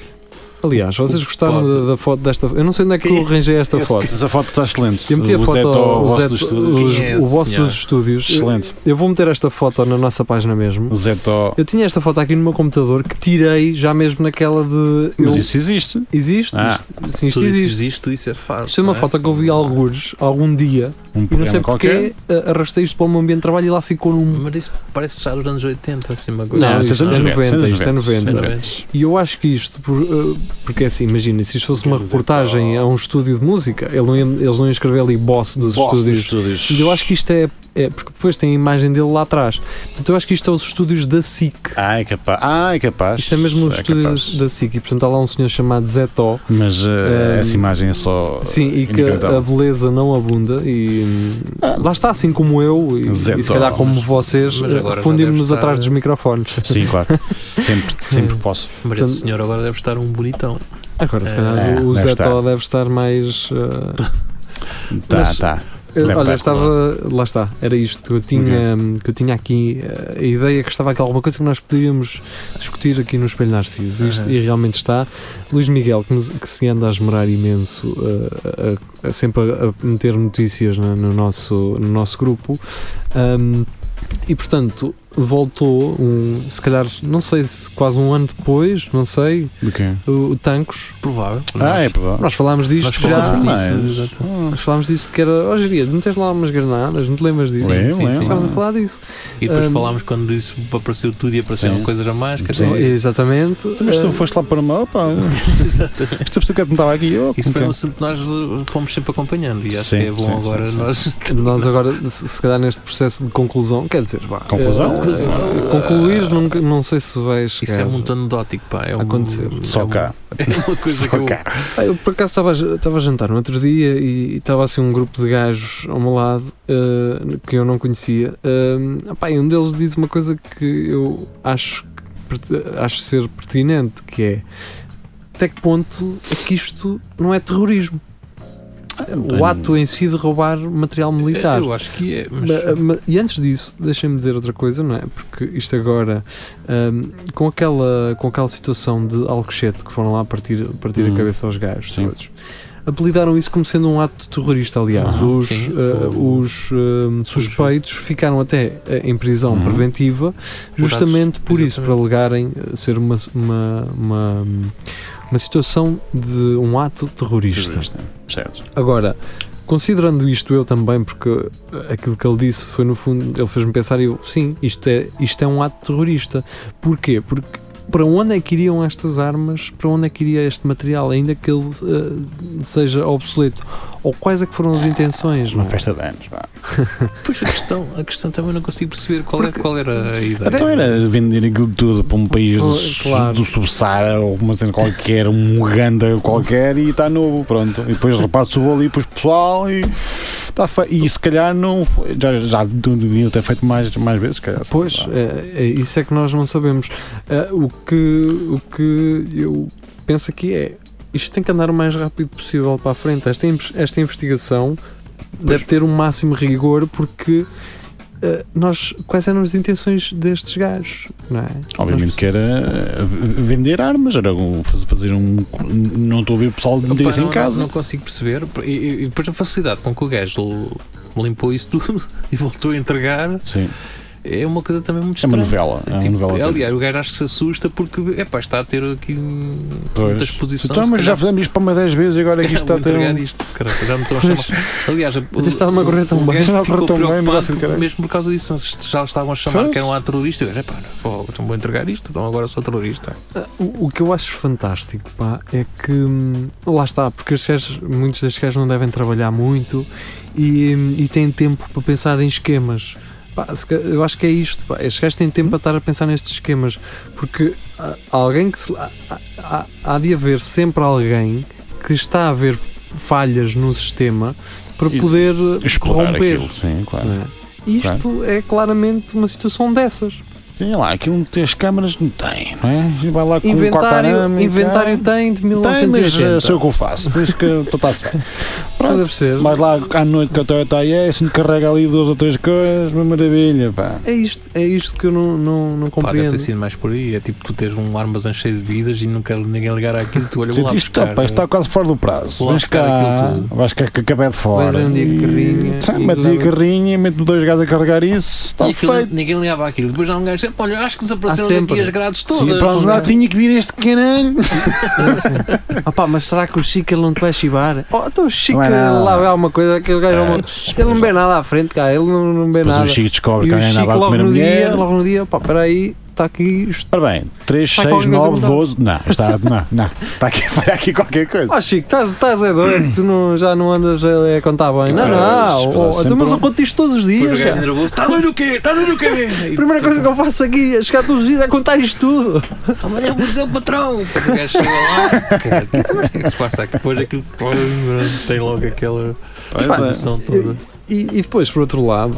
Aliás, vocês gostaram
Pode.
da, da foto desta. Eu não sei onde é que
Quem-
eu arranjei esta
Esse-
foto.
Essa foto está excelente.
Eu meti a
O
foto
Zeto ao
ao
vosso
Zeto-
dos estúdios.
os-
Quem é
o
esse
vosso
senhor?
dos estúdios.
Excelente.
Eu vou meter esta foto na nossa página mesmo.
O Zeto. ao-
Eu tinha esta foto aqui no meu computador que tirei já mesmo naquela de. Eu,
Mas isso existe.
Existe?
Ah.
Isto, sim, isto
Tudo isso
existe.
existe, tudo isso é fácil.
Isto é uma
não é?
foto que eu vi alguns, algum dia,
Um
e não
Ah. programa
sei
qualquer.
porque eh, arrastei isto para o meu ambiente de trabalho e lá ficou num.
Mas isso parece já dos anos 80, assim, uma coisa.
Não,
isto
isto é
é
anos
dos
90, isto é
anos
90.
Era
não.
antes.
E eu acho que isto, por, eh, porque assim, imagina, se isto fosse
Quer
uma
dizer,
reportagem
oh.
a um estúdio de música, ele não ia- eles não iam escrever ali boss dos
Vosso dos
estúdios.
estúdios.
Mas eu acho que isto é, é- Porque depois tem a imagem dele lá atrás. Portanto, eu acho que isto é os estúdios da SIC.
Ah, é capaz. Ah, é capaz.
Isto é mesmo os
É
estúdios
capaz.
da SIC. E portanto há lá um senhor chamado Zé Tó.
Mas eh,
Ahm,
essa imagem é só.
Sim, e que a
inigualável.
beleza não abunda e hum, lá está, assim como eu e,
Ah. Zé
e se
Tó,
calhar como
mas-
vocês,
mas agora já
fundimos-nos
deve estar-
atrás dos microfones.
Sim, claro. Sempre, sempre posso.
Mas
Portanto-
esse senhor agora deve estar um bonitão.
Agora, se
É,
calhar,
é,
o
deve
Zé
estar.
Tó deve estar mais. uh,
Tá,
Mas-
tá.
eu-
é
Bem,
olha,
pá,
estava. Lá está, era isto que eu tinha, hum, que eu tinha aqui. uh, A ideia que estava aqui alguma coisa que nós podíamos discutir aqui no Espelho Narciso. Isto-
Aham.
E realmente está. Luís Miguel, que, nos- que se anda a esmerar imenso, uh, a- a- sempre a, a meter notícias na- no, nosso, no nosso grupo. Um, e portanto, voltou, um, se calhar, não sei, se quase um ano depois, não sei,
Do quê?
o, o Tancos.
Provável.
Ah, é provável.
Nós falámos disto
Nós
já.
falámos
mas- Ah,
disso. exato.
Nós falámos disso que era. Ó, Jeria, não tens lá umas granadas? Não te lembras disso?
Lembro,
sim,
lembro.
Estávamos a falar disso.
E depois
Ahm.
falámos quando isso apareceu tudo e apareceram
é, um, Sim.
coisas a mais. Que
Sim.
até-
Então, Exatamente.
Então,
Tu, Mas tu
Ah,
foste lá para uma. Opa, esta pessoa que não estava aqui. Oh,
Isso foi um
como
assunto que nós uh, fomos sempre acompanhando e acho
Sim,
que é bom
sim,
agora
sim, sim.
nós.
Eh, nós agora, se se calhar neste processo de conclusão, quer dizer, vá.
Conclusão?
ah,
Conclusão.
concluir, nunca, não sei se vais.
Isso é muito anedótico, pá. É um,
Acontecer.
é um-
que é? Só cá.
É uma coisa que
Só
eu,
cá.
Ah, eu por acaso estava a ja- estava a jantar no outro dia e e estava assim um grupo de gajos ao meu lado ah, que eu não conhecia. Ah, opá, e um deles diz uma coisa que eu acho, que perte- acho ser pertinente, que é até que ponto é que isto não é terrorismo?
Ah,
O ato em si de roubar material militar.
eu acho que é. Mas,
Ma- eh, ma- e antes disso, deixem-me dizer outra coisa, não é? Porque isto agora, ahm, com, aquela, com aquela situação de Alcochete que foram lá partir, partir
Hum.
a cabeça aos gajos
Sim.
todos, apelidaram isso como sendo um ato terrorista. Aliás,
Ah,
os,
sim.
ah, os ahm, suspeitos ficaram até ah, em prisão
Uhum.
preventiva justamente por isso, por
exatamente.
alegarem ah, ser uma, uma, uma, uma situação de um ato terrorista.
Certo.
Agora, considerando isto eu também, porque uh, aquilo que ele disse foi no fundo, ele fez-me pensar e eu, sim, isto é, isto é um ato terrorista. Porquê? Porque para onde é que iriam estas armas? Para onde é que iria este material? Ainda que ele uh, seja obsoleto? Ou quais é que foram as intenções?
Uma
não é?
festa de anos. vá.
pois a questão, a questão também não consigo perceber qual, é, qual era a ideia.
Então era vender aquilo tudo para um país do,
Oh,
su-
claro.
do Sub-Saara ou uma cena qualquer, um Uganda qualquer e está novo, pronto. E depois reparte-se o bolo ali para o pessoal e. Tá fe... E se calhar não foi. Já, já deviam ter feito mais, mais vezes, se calhar.
Pois, é, é, isso é que nós não sabemos. Ah, o, que, o que eu penso aqui é isto tem que andar o mais rápido possível para a frente. Esta, in- esta investigação deve ter um máximo rigor porque eh, nós, quais eram as intenções destes gajos, não é?
Obviamente que era eh, v- vender armas, era um- faz- fazer um. Não estou a ouvir o pessoal
Opa,
meter isso assim em
não-
casa.
Não, não consigo perceber. E, e- e depois a facilidade com que o gajo l- limpou isso tudo e voltou a entregar
Sim,
é uma coisa também muito
é uma
estranha.
novela. É uma
Tipo,
novela.
aliás, o gajo acho que se assusta porque epá, está a ter aqui hum,
Pois.
muita exposição.
Então,
se
mas já
calhar-
fizemos isto para uma 10 vezes e agora
se
aqui
calhar
está a
vou
ter
entregar
um.
isto. Caraca, já me estão a chamar. Aliás,
Até estava-me a correr tão bem.
Estava a
Estava
correr tão bem, um negócio de caralho.
mesmo por causa disso. se Já estavam a chamar
Pois.
que era um ato terrorista. Eu era, pá, vou, então vou entregar isto, então agora sou terrorista.
Ah, O, o que eu acho fantástico, pá, é que hum, lá está, porque estes gajos- muitos destes gajos não devem trabalhar muito e, hum, e têm tempo para pensar em esquemas. Pá, se ca- eu acho que é isto, pá, estes gajos têm tempo para estar a pensar nestes esquemas, porque ah, há alguém que se, há, há- há de haver sempre alguém que está a ver falhas no sistema para
E
poder
Explorar
corromper.
aquilo, sim, claro.
não é? E isto é claramente uma situação dessas.
Sim, lá, aquilo não tem as câmaras, não tem, não é? Vai lá com um
Inventário,
quarto
inventário tem de
tem, mas eh,
1980.
sou eu que o faço, por isso que tá está-se bem.
Estás a perceber?
Mas lá à noite que eu estou a yes, me carrega ali duas ou três coisas, uma maravilha, pá.
É isto, é isto que eu não, não, não
Pá, deve
compreendo.
ter sido mais por aí. É tipo tu teres um armazém cheio de vidas e não quero ninguém ligar àquilo. Tu olha, vou lá
Sentiste
tá,
que
buscar. eh,
está, está quase fora do prazo.
Vou lá
Vens
buscar
cá,
aquilo tudo.
vais cá que acabei de fora.
Vais um dia
é, E-
carrinha
Sim,
e
metes aí a
leva-
carrinha, mete dois gajos a carregar isso,
E
está
aquilo-
feito.
ninguém ligava àquilo. Depois há um gajo sempre, olha, acho que
tá Há
desapareceram
sempre.
aqui as grades todas.
E para lá tinha que vir este caralho. assim.
Ah pá, mas será que o Chica não te vai chibar? Oh, então o Chica
Não é nada.
lá vê alguma coisa, aquele gajo. é uma- Ele não vê nada à frente, cá, ele não, não vê
Depois
nada.
o Chico descobre
e
que
o
alguém
Chico
andava a
logo
comer a
no dia,
mulher.
logo no dia, pá, peraí, está aqui. isto-
Ora bem, 3,
Está
6,
qualquer coisa
9,
mudada.
12. Não, está, não, não. Está aqui a falhar aqui qualquer coisa.
Oh Chico, estás, estás é doido, tu não, já não andas a, a contar bem. Não,
Ah,
não,
isso,
oh,
sempre
então, mas eu
um-
conto isto todos os dias. cara.
nervoso. Está a ver "Tá o quê? Está a ver o quê?
A primeira coisa que eu faço aqui é chegar todos os dias a contar isto tudo.
Amanhã vou dizer "Ah, é o patrão. O gajo chega lá. Cara, o que é que se passa aqui? Depois aquilo tem logo aquela
é.
exposição toda.
E, e depois, por outro lado,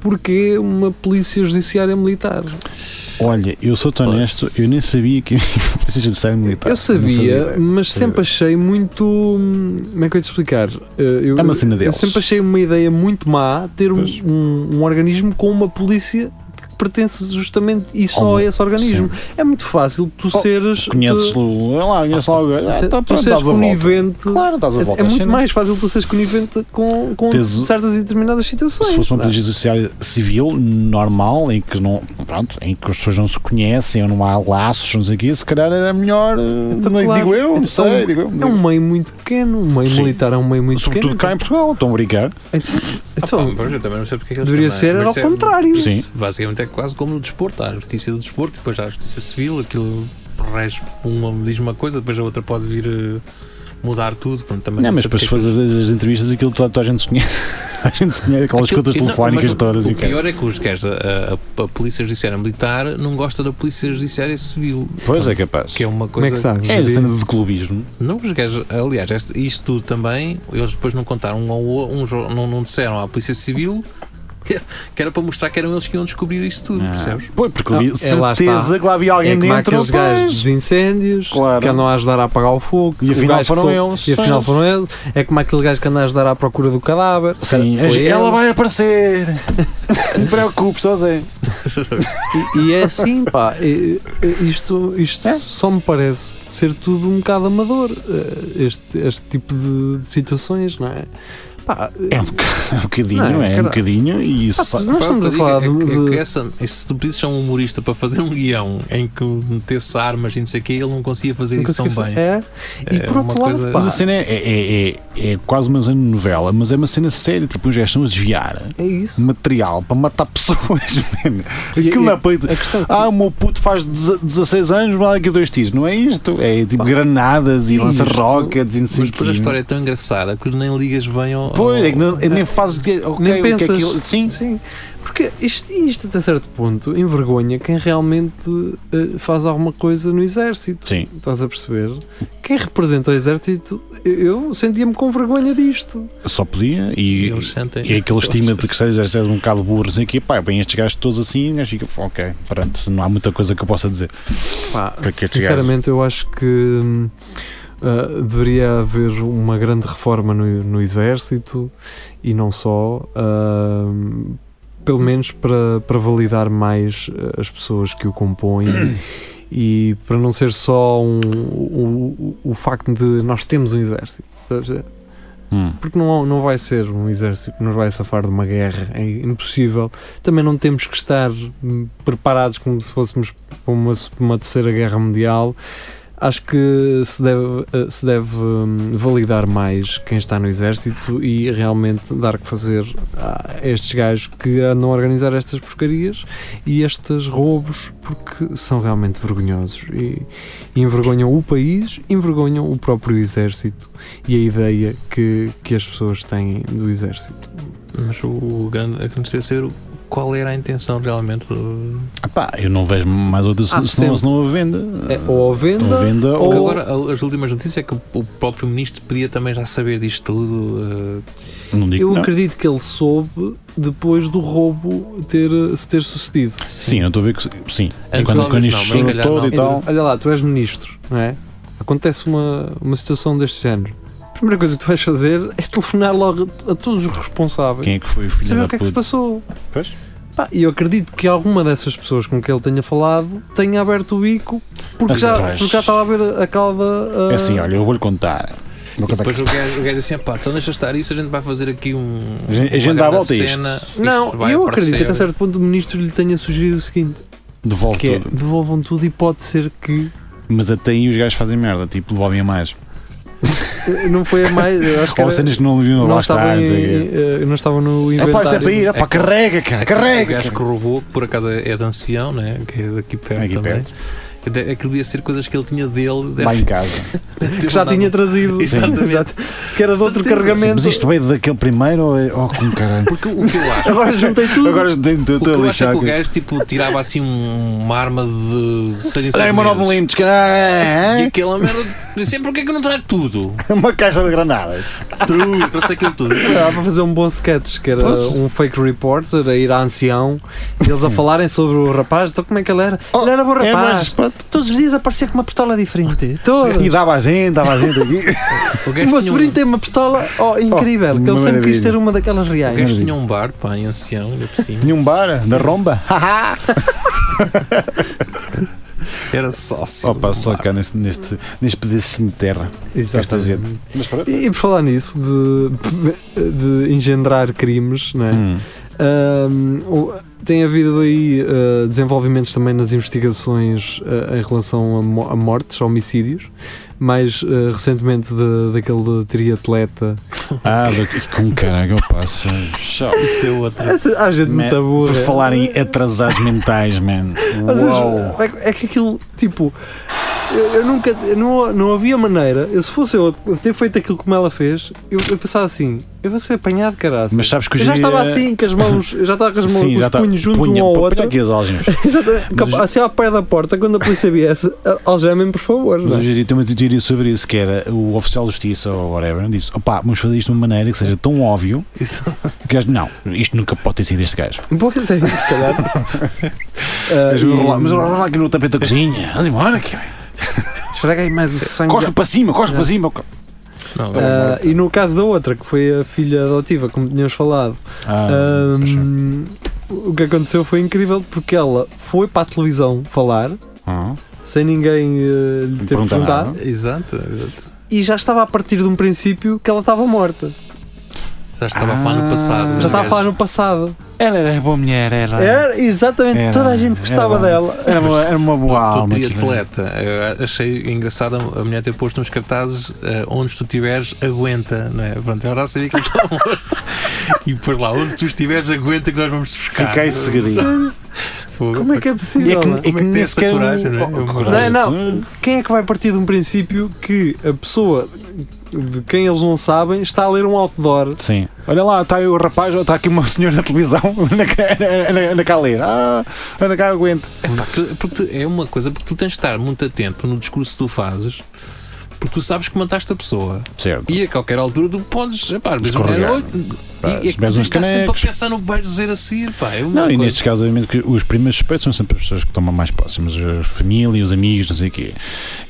porquê uma polícia judiciária militar?
Olha, eu sou-te honesto, eu nem sabia que precisa de ser militar.
Eu sabia, mas
fazia ideia.
sempre achei muito. hum, Como é que eu ia te explicar? Eh, Eu,
É uma cena
eu
deles.
sempre achei uma ideia muito má ter um,
Pois.
um- um organismo com uma polícia que pertence justamente e só
Ao-
a esse organismo. É muito fácil tu
Oh,
seres. tu,
Conheces-lo, olha lá, conheces lá o gajo. Ah,
se-
tá,
tu
pronto,
seres um
dás a volta.
conivente.
Claro, estás a
é-
volta.
É,
às
muito
cenas.
mais fácil tu seres conivente com, com
Tens o-
certas e determinadas situações.
Se fosse uma
não é?
polícia judiciária civil, normal, em que, não, pronto, em que as pessoas não se conhecem ou não há laços, não sei o quê, se calhar era melhor. eh,
Então,
não-
claro.
Digo eu, não
Então,
sei, digo eu.
É um meio muito pequeno, um meio
Sim.
militar é um meio muito
Sobretudo cá Ah,
pequeno.
em Portugal, estão a brincar.
Então,
Então,
então,
eu também não sei porque é que eles
deveria
também-
ser
mas
era ao
isso é-
contrário.
Sim.
Basicamente é quase como no desporto. Há a justiça do desporto, depois há a justiça civil, aquilo res- uma diz uma coisa, depois a outra pode vir eh, mudar tudo. Pronto, também
Não, mas
sei
depois
porque é que-
fazer as, as entrevistas, aquilo toda, toda a gente se conhece. a gente se conhece, aquelas
Aquilo-
contas
e não,
telefónicas
mas
todas
O
e o quê.
pior é que os gajos, a, a- a Polícia Judiciária Militar não gosta da Polícia Judiciária Civil,
Pois é, capaz.
que é uma
Como
coisa.
é que sabes?
É a cena de clubismo.
Não, os gajos, aliás, este- isto tudo também, eles depois não contaram um ao outro, uns ao- não, não disseram à Polícia Civil que, que era para mostrar que eram eles que iam descobrir isto tudo,
Ah.
percebes?
Pois, porque
Não,
havia
é, lá
certeza
está.
que lá havia alguém
é como há
dentro.
aqueles gajos
Pois,
dos incêndios
Claro.
que andam a ajudar a apagar o fogo.
E
o
afinal
gajo que
foram
sou-
eles.
E afinal
Eles.
foram eles. É como aquele gajo que anda a ajudar à procura do cadáver.
Sim, é
Foi
ela,
ele.
vai aparecer. Não te preocupes, só Zé.
E, e é assim, pá. e- e isto isto
É.
só me parece ser tudo um bocado amador. eh, Este, este tipo de, de situações, não é? Pá,
É um bocadinho, é um bocadinho,
Não,
é, Ah, um
caralho.
bocadinho e isso.
pá,
sa-
nós estamos a falar
É que- é
de-
que
de,
essa- e se tu pedisses a um humorista para fazer um guião em que metesse armas e não sei o quê, ele não conseguia fazer
Não
isso tão
conseguimos-
assim, bem.
É. E
É
por
uma
outro lado,
coisa-
pá,
Mas a cena é, é, é, é quase uma cena de novela, mas é uma cena séria. Tipo, os gajos estão a desviar
é isso.
material para matar pessoas, mano.
E-
Aquilo
e-
não é peito.
A questão é que-
Ah, o meu puto faz deze- 16 anos, vai lá aqui dois tiros. Não é isto? É tipo granadas e
Isto-
lança-rockets e não sei
Mas
o
depois a
quê.
história é tão engraçada que nem ligas bem ao.
Pois,
ao-
é que não- nem fazes. de- ok, o
Oh. Nem
que é que
pensas.
aquilo- Sim,
Sim, porque isto, isto até certo ponto envergonha quem realmente eh, faz alguma coisa no exército.
sim.
Estás a perceber? Quem representa o exército, eu eu sentia-me com vergonha disto.
Só podia
E
e,
eles sentem.
e é aquele estima de que sejas és um bocado burro, assim, aqui, pá, vêm estes gajos todos assim, o gajo fica, "Pô, ok, pronto, não há muita coisa que eu possa dizer.
Pá,
Para que é que
sinceramente, eu acho que hum, ah, deveria haver uma grande reforma no, no exército e não só. ah, pelo menos para, para validar mais eh, as pessoas que o compõem e para não ser só um, o, o, o facto de nós temos um exército. sabes?
Hum.
Porque não, não vai ser um exército que nos vai safar de uma guerra, é impossível. Também não temos que estar hum, preparados como se fôssemos para uma, uma terceira guerra mundial. Acho que se deve, eh, se deve hum, validar mais quem está no exército e realmente dar que fazer a estes gajos que andam a organizar estas porcarias e estes roubos porque são realmente vergonhosos e, e envergonham o país, envergonham o próprio exército e a ideia que, que as pessoas têm do exército.
Mas o, o grande, a grande ser qual era a intenção realmente do-
Ah pá, eu não vejo mais outra se,
Ah,
se não,
sempre.
se não a venda.
É, ou a
Não
venda,
venda
Porque
ou.
agora a- as últimas notícias é que o- o próprio ministro podia também já saber disto tudo. eh,
Não digo
eu
que não.
acredito que ele soube depois do roubo ter, se ter sucedido.
Sim, eu estou a ver que. Sim. quando
Antes talvez
quando
não,
isto
mas
estourou
se calhar
todo
não.
e tal.
Então, Olha lá, tu és ministro, não é? Acontece uma, uma situação deste género. A primeira coisa que tu vais fazer é telefonar logo a, a todos os responsáveis.
Quem é que foi o filho
saber
da
o que é que se
puta?
passou.
Pois.
Pá, E eu acredito que alguma dessas pessoas com que ele tenha falado tenha aberto o bico porque,
Mas,
já,
pois.
porque já estava a ver a calda. ah,
É assim, olha, eu vou-lhe contar. Vou
E
contar
depois
que
o gajo, o gajo assim, pá, então deixa estar isso, a gente vai fazer aqui um.
A gente- a
uma
gente dá a
grande
volta a isto.
cena,
Não,
isto vai
eu
aparecer.
acredito que até certo ponto o ministro lhe tenha sugerido o seguinte:
devolve
que é,
tudo.
devolvam tudo e pode ser que
Mas até aí os gajos fazem merda, tipo, devolvem a mais.
eh, não foi a mais. eu Acho que
Ou
era,
cenas que não deviam
não,
lá estar.
estavam
não
em-
sei o quê.
eh, não estavam no
É pá, isto é para
inventário.
ir, é pá, carrega, cara,
O
carrega.
gajo que roubou, que por acaso é é de ancião, né? que é daqui perto
É aqui
também.
perto.
Até- Aquilo ia ser coisas que ele tinha
Lá
dele. deve
em casa.
ter
um
Que já
mandado.
tinha trazido.
Exatamente.
Já- que era de outro
Certeza.
carregamento.
Mas isto veio daquele primeiro ou é. Oh, como caralho.
Porque um o que eu acho.
Agora juntei tudo.
Agora
O que
estou a
eu acho
lixar.
é que o gajo tipo, tirava assim um- uma arma de 6 em 6
É uma 9
meses.
milímetros, caralho.
E aquela merda, dizia porquê que eu não trago tudo?
Uma caixa de granadas.
True, trouxe aquilo tudo.
Dava para fazer um bom sketch, que era
Pois. Hum.
um fake reporter a ir a ancião e eles a falarem sobre o rapaz, então como é que ele era? ele era bom
É,
rapaz,
mas, pronto.
todos os dias aparecia com uma pistola diferente. Todos.
E dava a gente, dava a gente aqui.
O
O
gajo
meu
tinha um,
sobrinho tem uma pistola oh, incrível, que
uma
ele sempre quis
maravilha.
ter uma daquelas
um, o
reais.
gajo tinha um bar, pá, em ancião, ainda por cima.
Tinha um bar da romba.
Era sócio.
Opa,
do
só
bar.
cá neste, neste, neste pedacinho de terra. Esta gente. Mas pronto.
E, e por falar nisso, de, de engendrar crimes, não é?
Hum.
Ahm, o- tem havido aí ah, desenvolvimentos também nas investigações ah, em relação a, mo- a mortes, a homicídios, mais ah, recentemente da- daquele triatleta.
Ah, do- com caralho, eu passo.
Isso é outra. é.
Há gente
Man,
muito é. burra.
Por falar em atrasados mentais, man.
Mas,
Uau.
é, que- é que aquilo, tipo, eu, eu nunca, eu não, não havia maneira, eu, se fosse eu a ter feito aquilo como ela fez, eu, eu pensava assim, eu vou ser apanhado, caralho.
Mas sabes que
eu
hoje
já
em
estava
dia-
assim, com as mãos, eu já estava com as mãos,
Sim,
os
já está.
punhos junto
Punha-
um ao
punha
outro.
aqui as algébras.
Exatamente.
Mas
Capa- Assim ao pé da porta, quando a polícia viesse, a- algemem, por favor.
Mas
não é?
hoje em dia tem uma teoria sobre isso, que era o oficial de justiça ou whatever, disse, opá, vamos fazer isto de uma maneira que seja tão óbvio
Isso.
que o gajo, não, isto nunca pode ter sido este gajo.
Pois é, se calhar. Ah,
Mas
e-
eu vou lá- mas eu vou lá aqui no tapete da cozinha, vamos embora, que
Esfrega aí mais o sangue.
cospe para cima, cospe para cima.
Não,
Ah, e no caso da outra, que foi a filha adotiva, como tínhamos falado,
Ah,
Ahm,
pois é.
o que aconteceu foi incrível porque ela foi para a televisão falar
Ah,
sem ninguém eh, lhe ter
perguntar
perguntado
nada.
Exato, exato.
e já estava a partir de um princípio que ela estava morta.
Já estava a falar no
Ah.
passado. mas
Já estava a
o
falar
gajo-
no passado.
Ela era boa mulher, ela
Era exatamente,
Era-
toda a gente gostava
era-
dela.
era, boa- era uma boa
Pelo
alma. é? aquilo.
triatleta, eu achei engraçado a mulher ter posto uns cartazes eh, onde tu estiveres, aguenta, não é? Pronto, eu já sabia que ele estava E por lá, onde tu estiveres, aguenta que nós vamos te buscar.
Fiquei segredinho.
Fogo.
Como é que é
E é que,
possível?
é que
Como é que tem
nem
essa
sequer.
coragem, não é?
Oh,
Coragem.
Não, Quem é que vai partir de um princípio que a pessoa de quem eles não sabem está a ler um outdoor?
Sim. Olha lá, está aí o rapaz, ou está aqui uma senhora na televisão, anda cá- anda- anda cá a ler. Ah, anda cá, aguento.
Pá, porque- porque tu- é uma coisa, porque tu tens de estar muito atento no discurso que tu fazes. Porque tu sabes que mataste a pessoa.
Certo.
E a qualquer altura tu podes. Epá, às vezes
Escorregar,
era oito.
Pá,
E é que tu
bebes
tens
uns
que estar sempre a
canecos.
pensar no que vais dizer a seguir. Pá, é uma
Não, e
coisa.
nestes casos, obviamente, que os primeiros suspeitos são sempre as pessoas que tomam mais próximas, a família, os amigos, não sei o quê.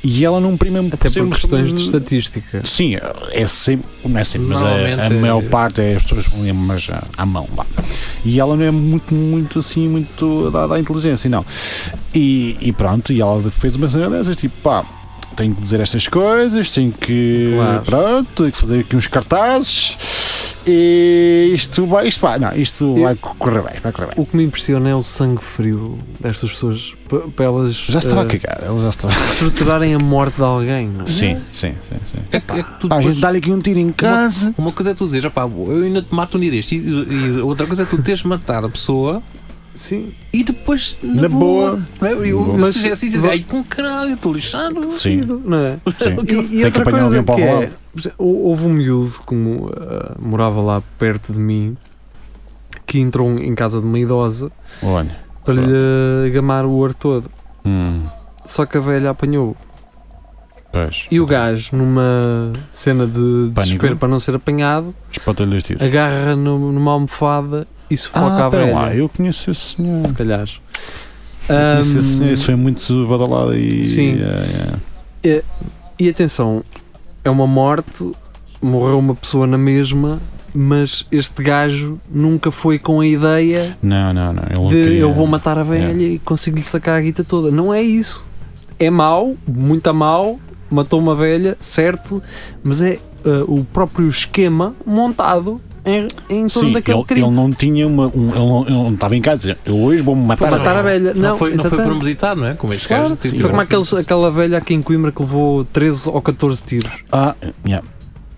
E ela não prima
Até
ser
por
uma-
questões de estatística.
Sim, é sempre, não é sempre, mas a, a
Normalmente-
maior
eh,
parte é as pessoas que lêem mais à- à mão. vá. E ela não é muito, muito assim, muito dada à inteligência, não. E, e pronto, e ela fez uma cena dessas, tipo, pá, tenho que dizer estas coisas, tenho que.
Claro.
Pronto, tenho que fazer aqui uns cartazes. E isto vai, isto vai, não, isto
E-
vai correr bem, vai correr bem.
O que me impressiona é o sangue frio destas pessoas p- para elas
Já se estava
eh,
a cagar, ela já se estava.
estruturarem a morte de alguém. não é?
Sim, sim, sim. sim.
É que- é que tu
Pá, a
depois-
gente dá-lhe aqui um tiro em casa.
Uma coisa é tu dizer, pá, eu ainda te mato um dia deste. E, e outra coisa é tu teres matado a pessoa
Sim.
e depois, na,
Na boa.
não é? Eu-
Boa.
mas se é assim, dizes,
Mas-
ai, com caralho, estou lixado.
Sim,
Não é?
sim.
E- E,
que apanhar
outra coisa
alguém para
que
o
é, hou- houve um miúdo que mo- ah, morava lá perto de mim que entrou em casa de uma idosa
Olha.
para lhe gamar o ar todo.
Hum,
Só que a velha apanhou.
pois.
E o gajo, numa cena de desespero
Pânico.
para não ser apanhado,
Espanta-lhe os tiros.
agarra no- numa almofada e sufoca
Ah,
a
espera
velha.
lá, eu conheço esse senhor.
Se calhar.
Eu conheço esse
Ahm,
senhor, esse foi muito badalado e.
Sim.
é,
E atenção, é uma morte, morreu uma pessoa na mesma, mas este gajo nunca foi com a ideia
é. Não, não, não. Ele não
de
queria- É.
eu vou matar a velha e consigo-lhe sacar a guita toda. Não é isso. É mau, muito a mau, matou uma velha, certo, mas é ah, o próprio esquema montado em, em torno
Sim,
daquele
ele,
crime.
ele não tinha uma. Um, ele, não, ele não estava em casa a dizer, eu hoje vou-me matar.
para matar a velha.
Não, foi, não foi
exatamente.
premeditado, não é? Como estes
Claro,
gajos.
foi como aquele, aquela velha aqui em Coimbra que levou 13 ou 14 tiros.
Ah, yeah.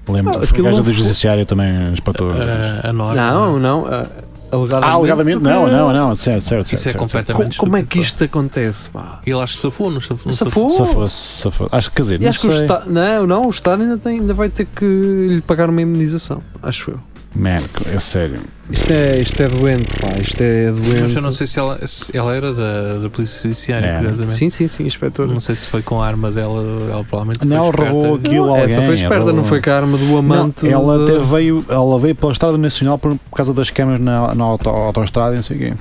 Lembro.
Ah,
foi o
aquilo
gajo
não
do
foi- Eh,
judiciário também um espatou.
A, a nós.
Não, não.
é?
ah, alegadamente.
ah, alegadamente, não,
porque-
não, não. Certo, certo. certo,
Isso é
certo, certo.
Co-
completamente.
como é que
estúpido,
isto acontece? Pá?
pá. Ele acho que safou, não safou. não safou.
Safou.
Se fosse, se fosse. Acho que, quer dizer,
E
não
acho que o
sei.
Estado. Não, não, o Estado ainda, tem- ainda vai ter que lhe pagar uma indemnização. Acho eu.
Man, é sério.
Isto é, isto é doente, pá. Isto é
Mas eu não
doente.
sei se ela, se ela era da, da Polícia Judiciária,
Era.
curiosamente.
Sim, sim, sim, inspetor.
Não sei se foi com a arma dela, ela provavelmente
Não,
foi esperta.
roubou aquilo alguém.
Essa foi esperta,
roubou-
não foi com a arma do amante.
Não, ela
de-
até veio, ela veio pela Estrada Nacional por, por causa das câmaras na, na auto- autoestrada e não sei o quê.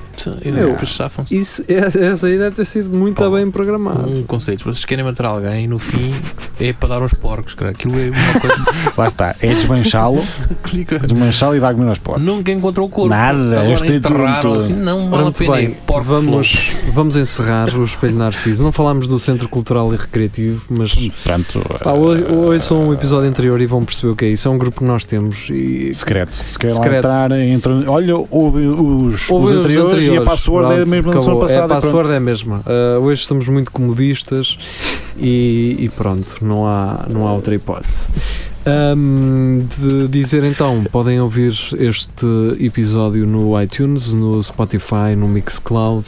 E
Meu,
depois safam-se.
Isso, é, essa aí deve ter sido muito
Pá.
bem programada.
um conceito. Se vocês querem matar alguém, no fim é para dar aos porcos, cara. Aquilo é uma coisa
Lá está, é desmanchá-lo,
que nunca-
desmanchá-lo e dá comer aos porcos.
nunca encontrou o corpo.
Nada,
Agora
eu estou
enterraram
tudo.
assim, não
Ora,
vale a
muito
pena.
bem,
é porco fluxo.
vamos, vamos encerrar o Espelho Narciso. Não falámos do Centro Cultural e Recreativo, mas
Hum, Portanto,
Pá, hoje são um episódio anterior e vão perceber o que é isso. É um grupo que nós temos e.
eh, secreto. Se querem lá
Secreto.
entrar, entram. Olha, houve os,
Ouvem
os, anteriores, e a password é a
pronto,
mesma da semana
acabou. É,
passada.
a
e pronto.
password é a mesma. Ah, hoje estamos muito comodistas e, e pronto, não há, não há outra hipótese. Ahm, de dizer então, podem ouvir este episódio no iTunes, no Spotify, no Mixcloud,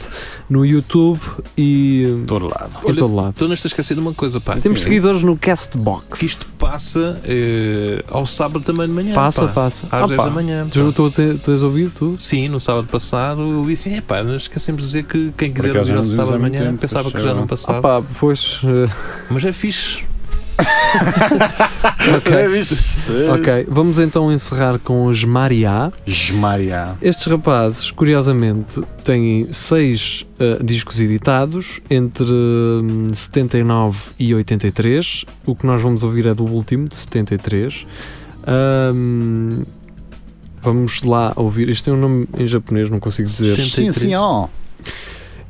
no YouTube e
Todo lado.
em todo lado.
Estou nesta esquecer de uma coisa, pá.
Temos
que
seguidores no Castbox.
que isto passa eh, ao sábado também de manhã.
passa,
pá.
passa.
Às é
Ah,
10
pá.
da manhã. pá.
Tu, tu, tu, tu és ouvido, tu?
Sim, no sábado passado eu vi assim, epá, nós esquecemos de dizer que quem quiser
acaso
ouvir
já
ao
nos
sábado de
dizemos há
manhã
muito tempo,
pensava que
pois,
já
já.
não
Ah,
passava.
pá, pois. eh,
Mas é fixe.
Ok.
Ok.
Ok, vamos então encerrar com os Mariá.
Esmaria.
Estes rapazes, curiosamente, têm seis ah, discos editados entre hum, 79 e 83. O que nós vamos ouvir é do último, de 73. Ahm, Hum, vamos lá ouvir. Isto tem um nome em japonês, não consigo dizer.
Sim,
70.
sim, um ó.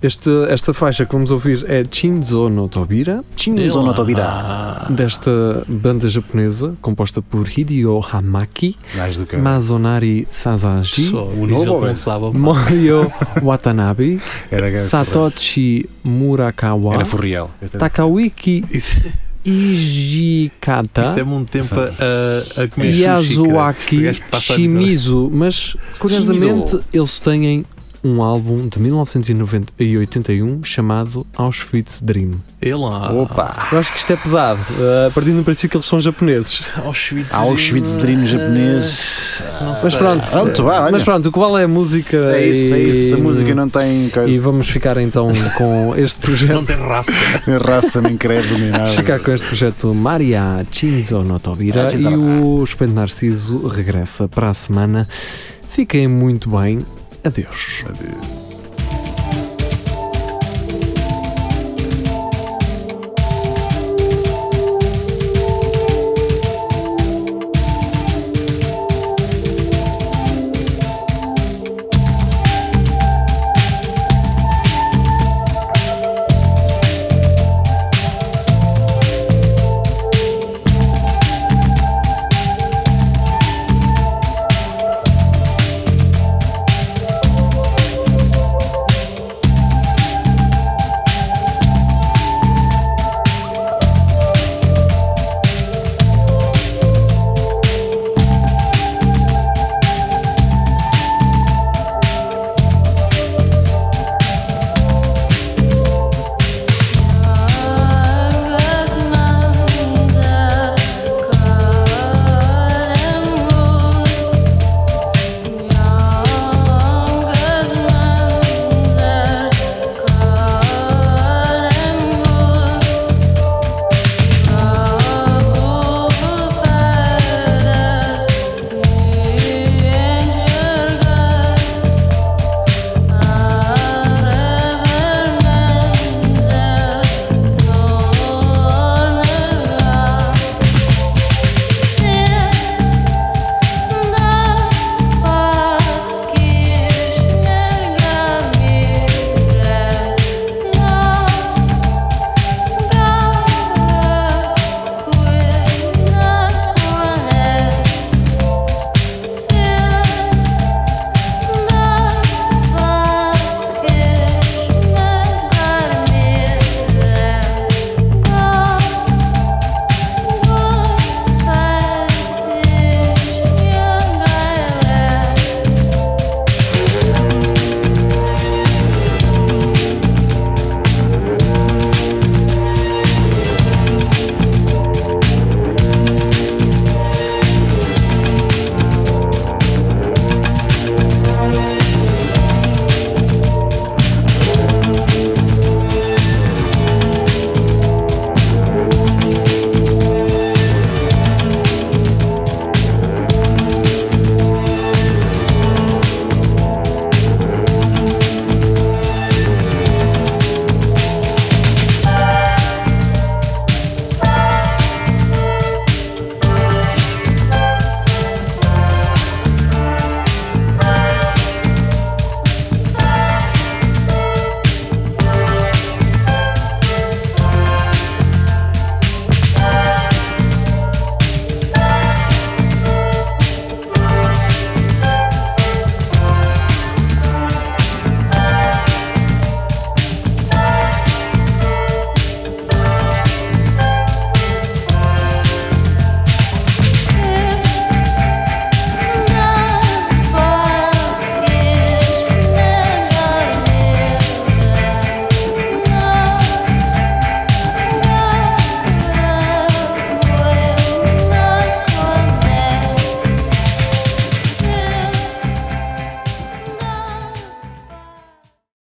Este, esta faixa que vamos ouvir é Chinzo no Tobira.
Tinhas ou não te
Ah,
desta banda japonesa composta por Hideo Hamaki,
Mais do que.
Mazonari Sasaji,
só,
O
e
um novo
já
ou
não
esse?
sabe, pá.
Morio Watanabe,
Era, era,
Satoshi Murakawa,
era Furriel. Este era-
Takawiki
Isso,
Ijikata, Tá?
isso é um tempo a, a comer sushi, cara. Este
Yazuaki
gajo passa a vida.
Shimizu, mas curiosamente eles têm um álbum de 1981 chamado Auschwitz Dream.
Ele lá.
Opa!
Eu acho que isto é pesado, eh, a partir do princípio que eles são japoneses.
Auschwitz.
Auschwitz Dream japonês.
Não sei.
Mas
Ah,
pronto,
Pronto, vá, Ah, olha.
mas pronto, o que vale é a música.
É isso, é isso. A
e-
música não tem
E
coisa.
vamos ficar então com este
Não tem
projeto.
raça.
raça nem credo nem
Ficar
nada.
com este projeto Maria Shinzo no Tobira
Ah, Shinzo
e
no
o Espelho Narciso regressa para a semana. Fiquem muito bem. Adeus.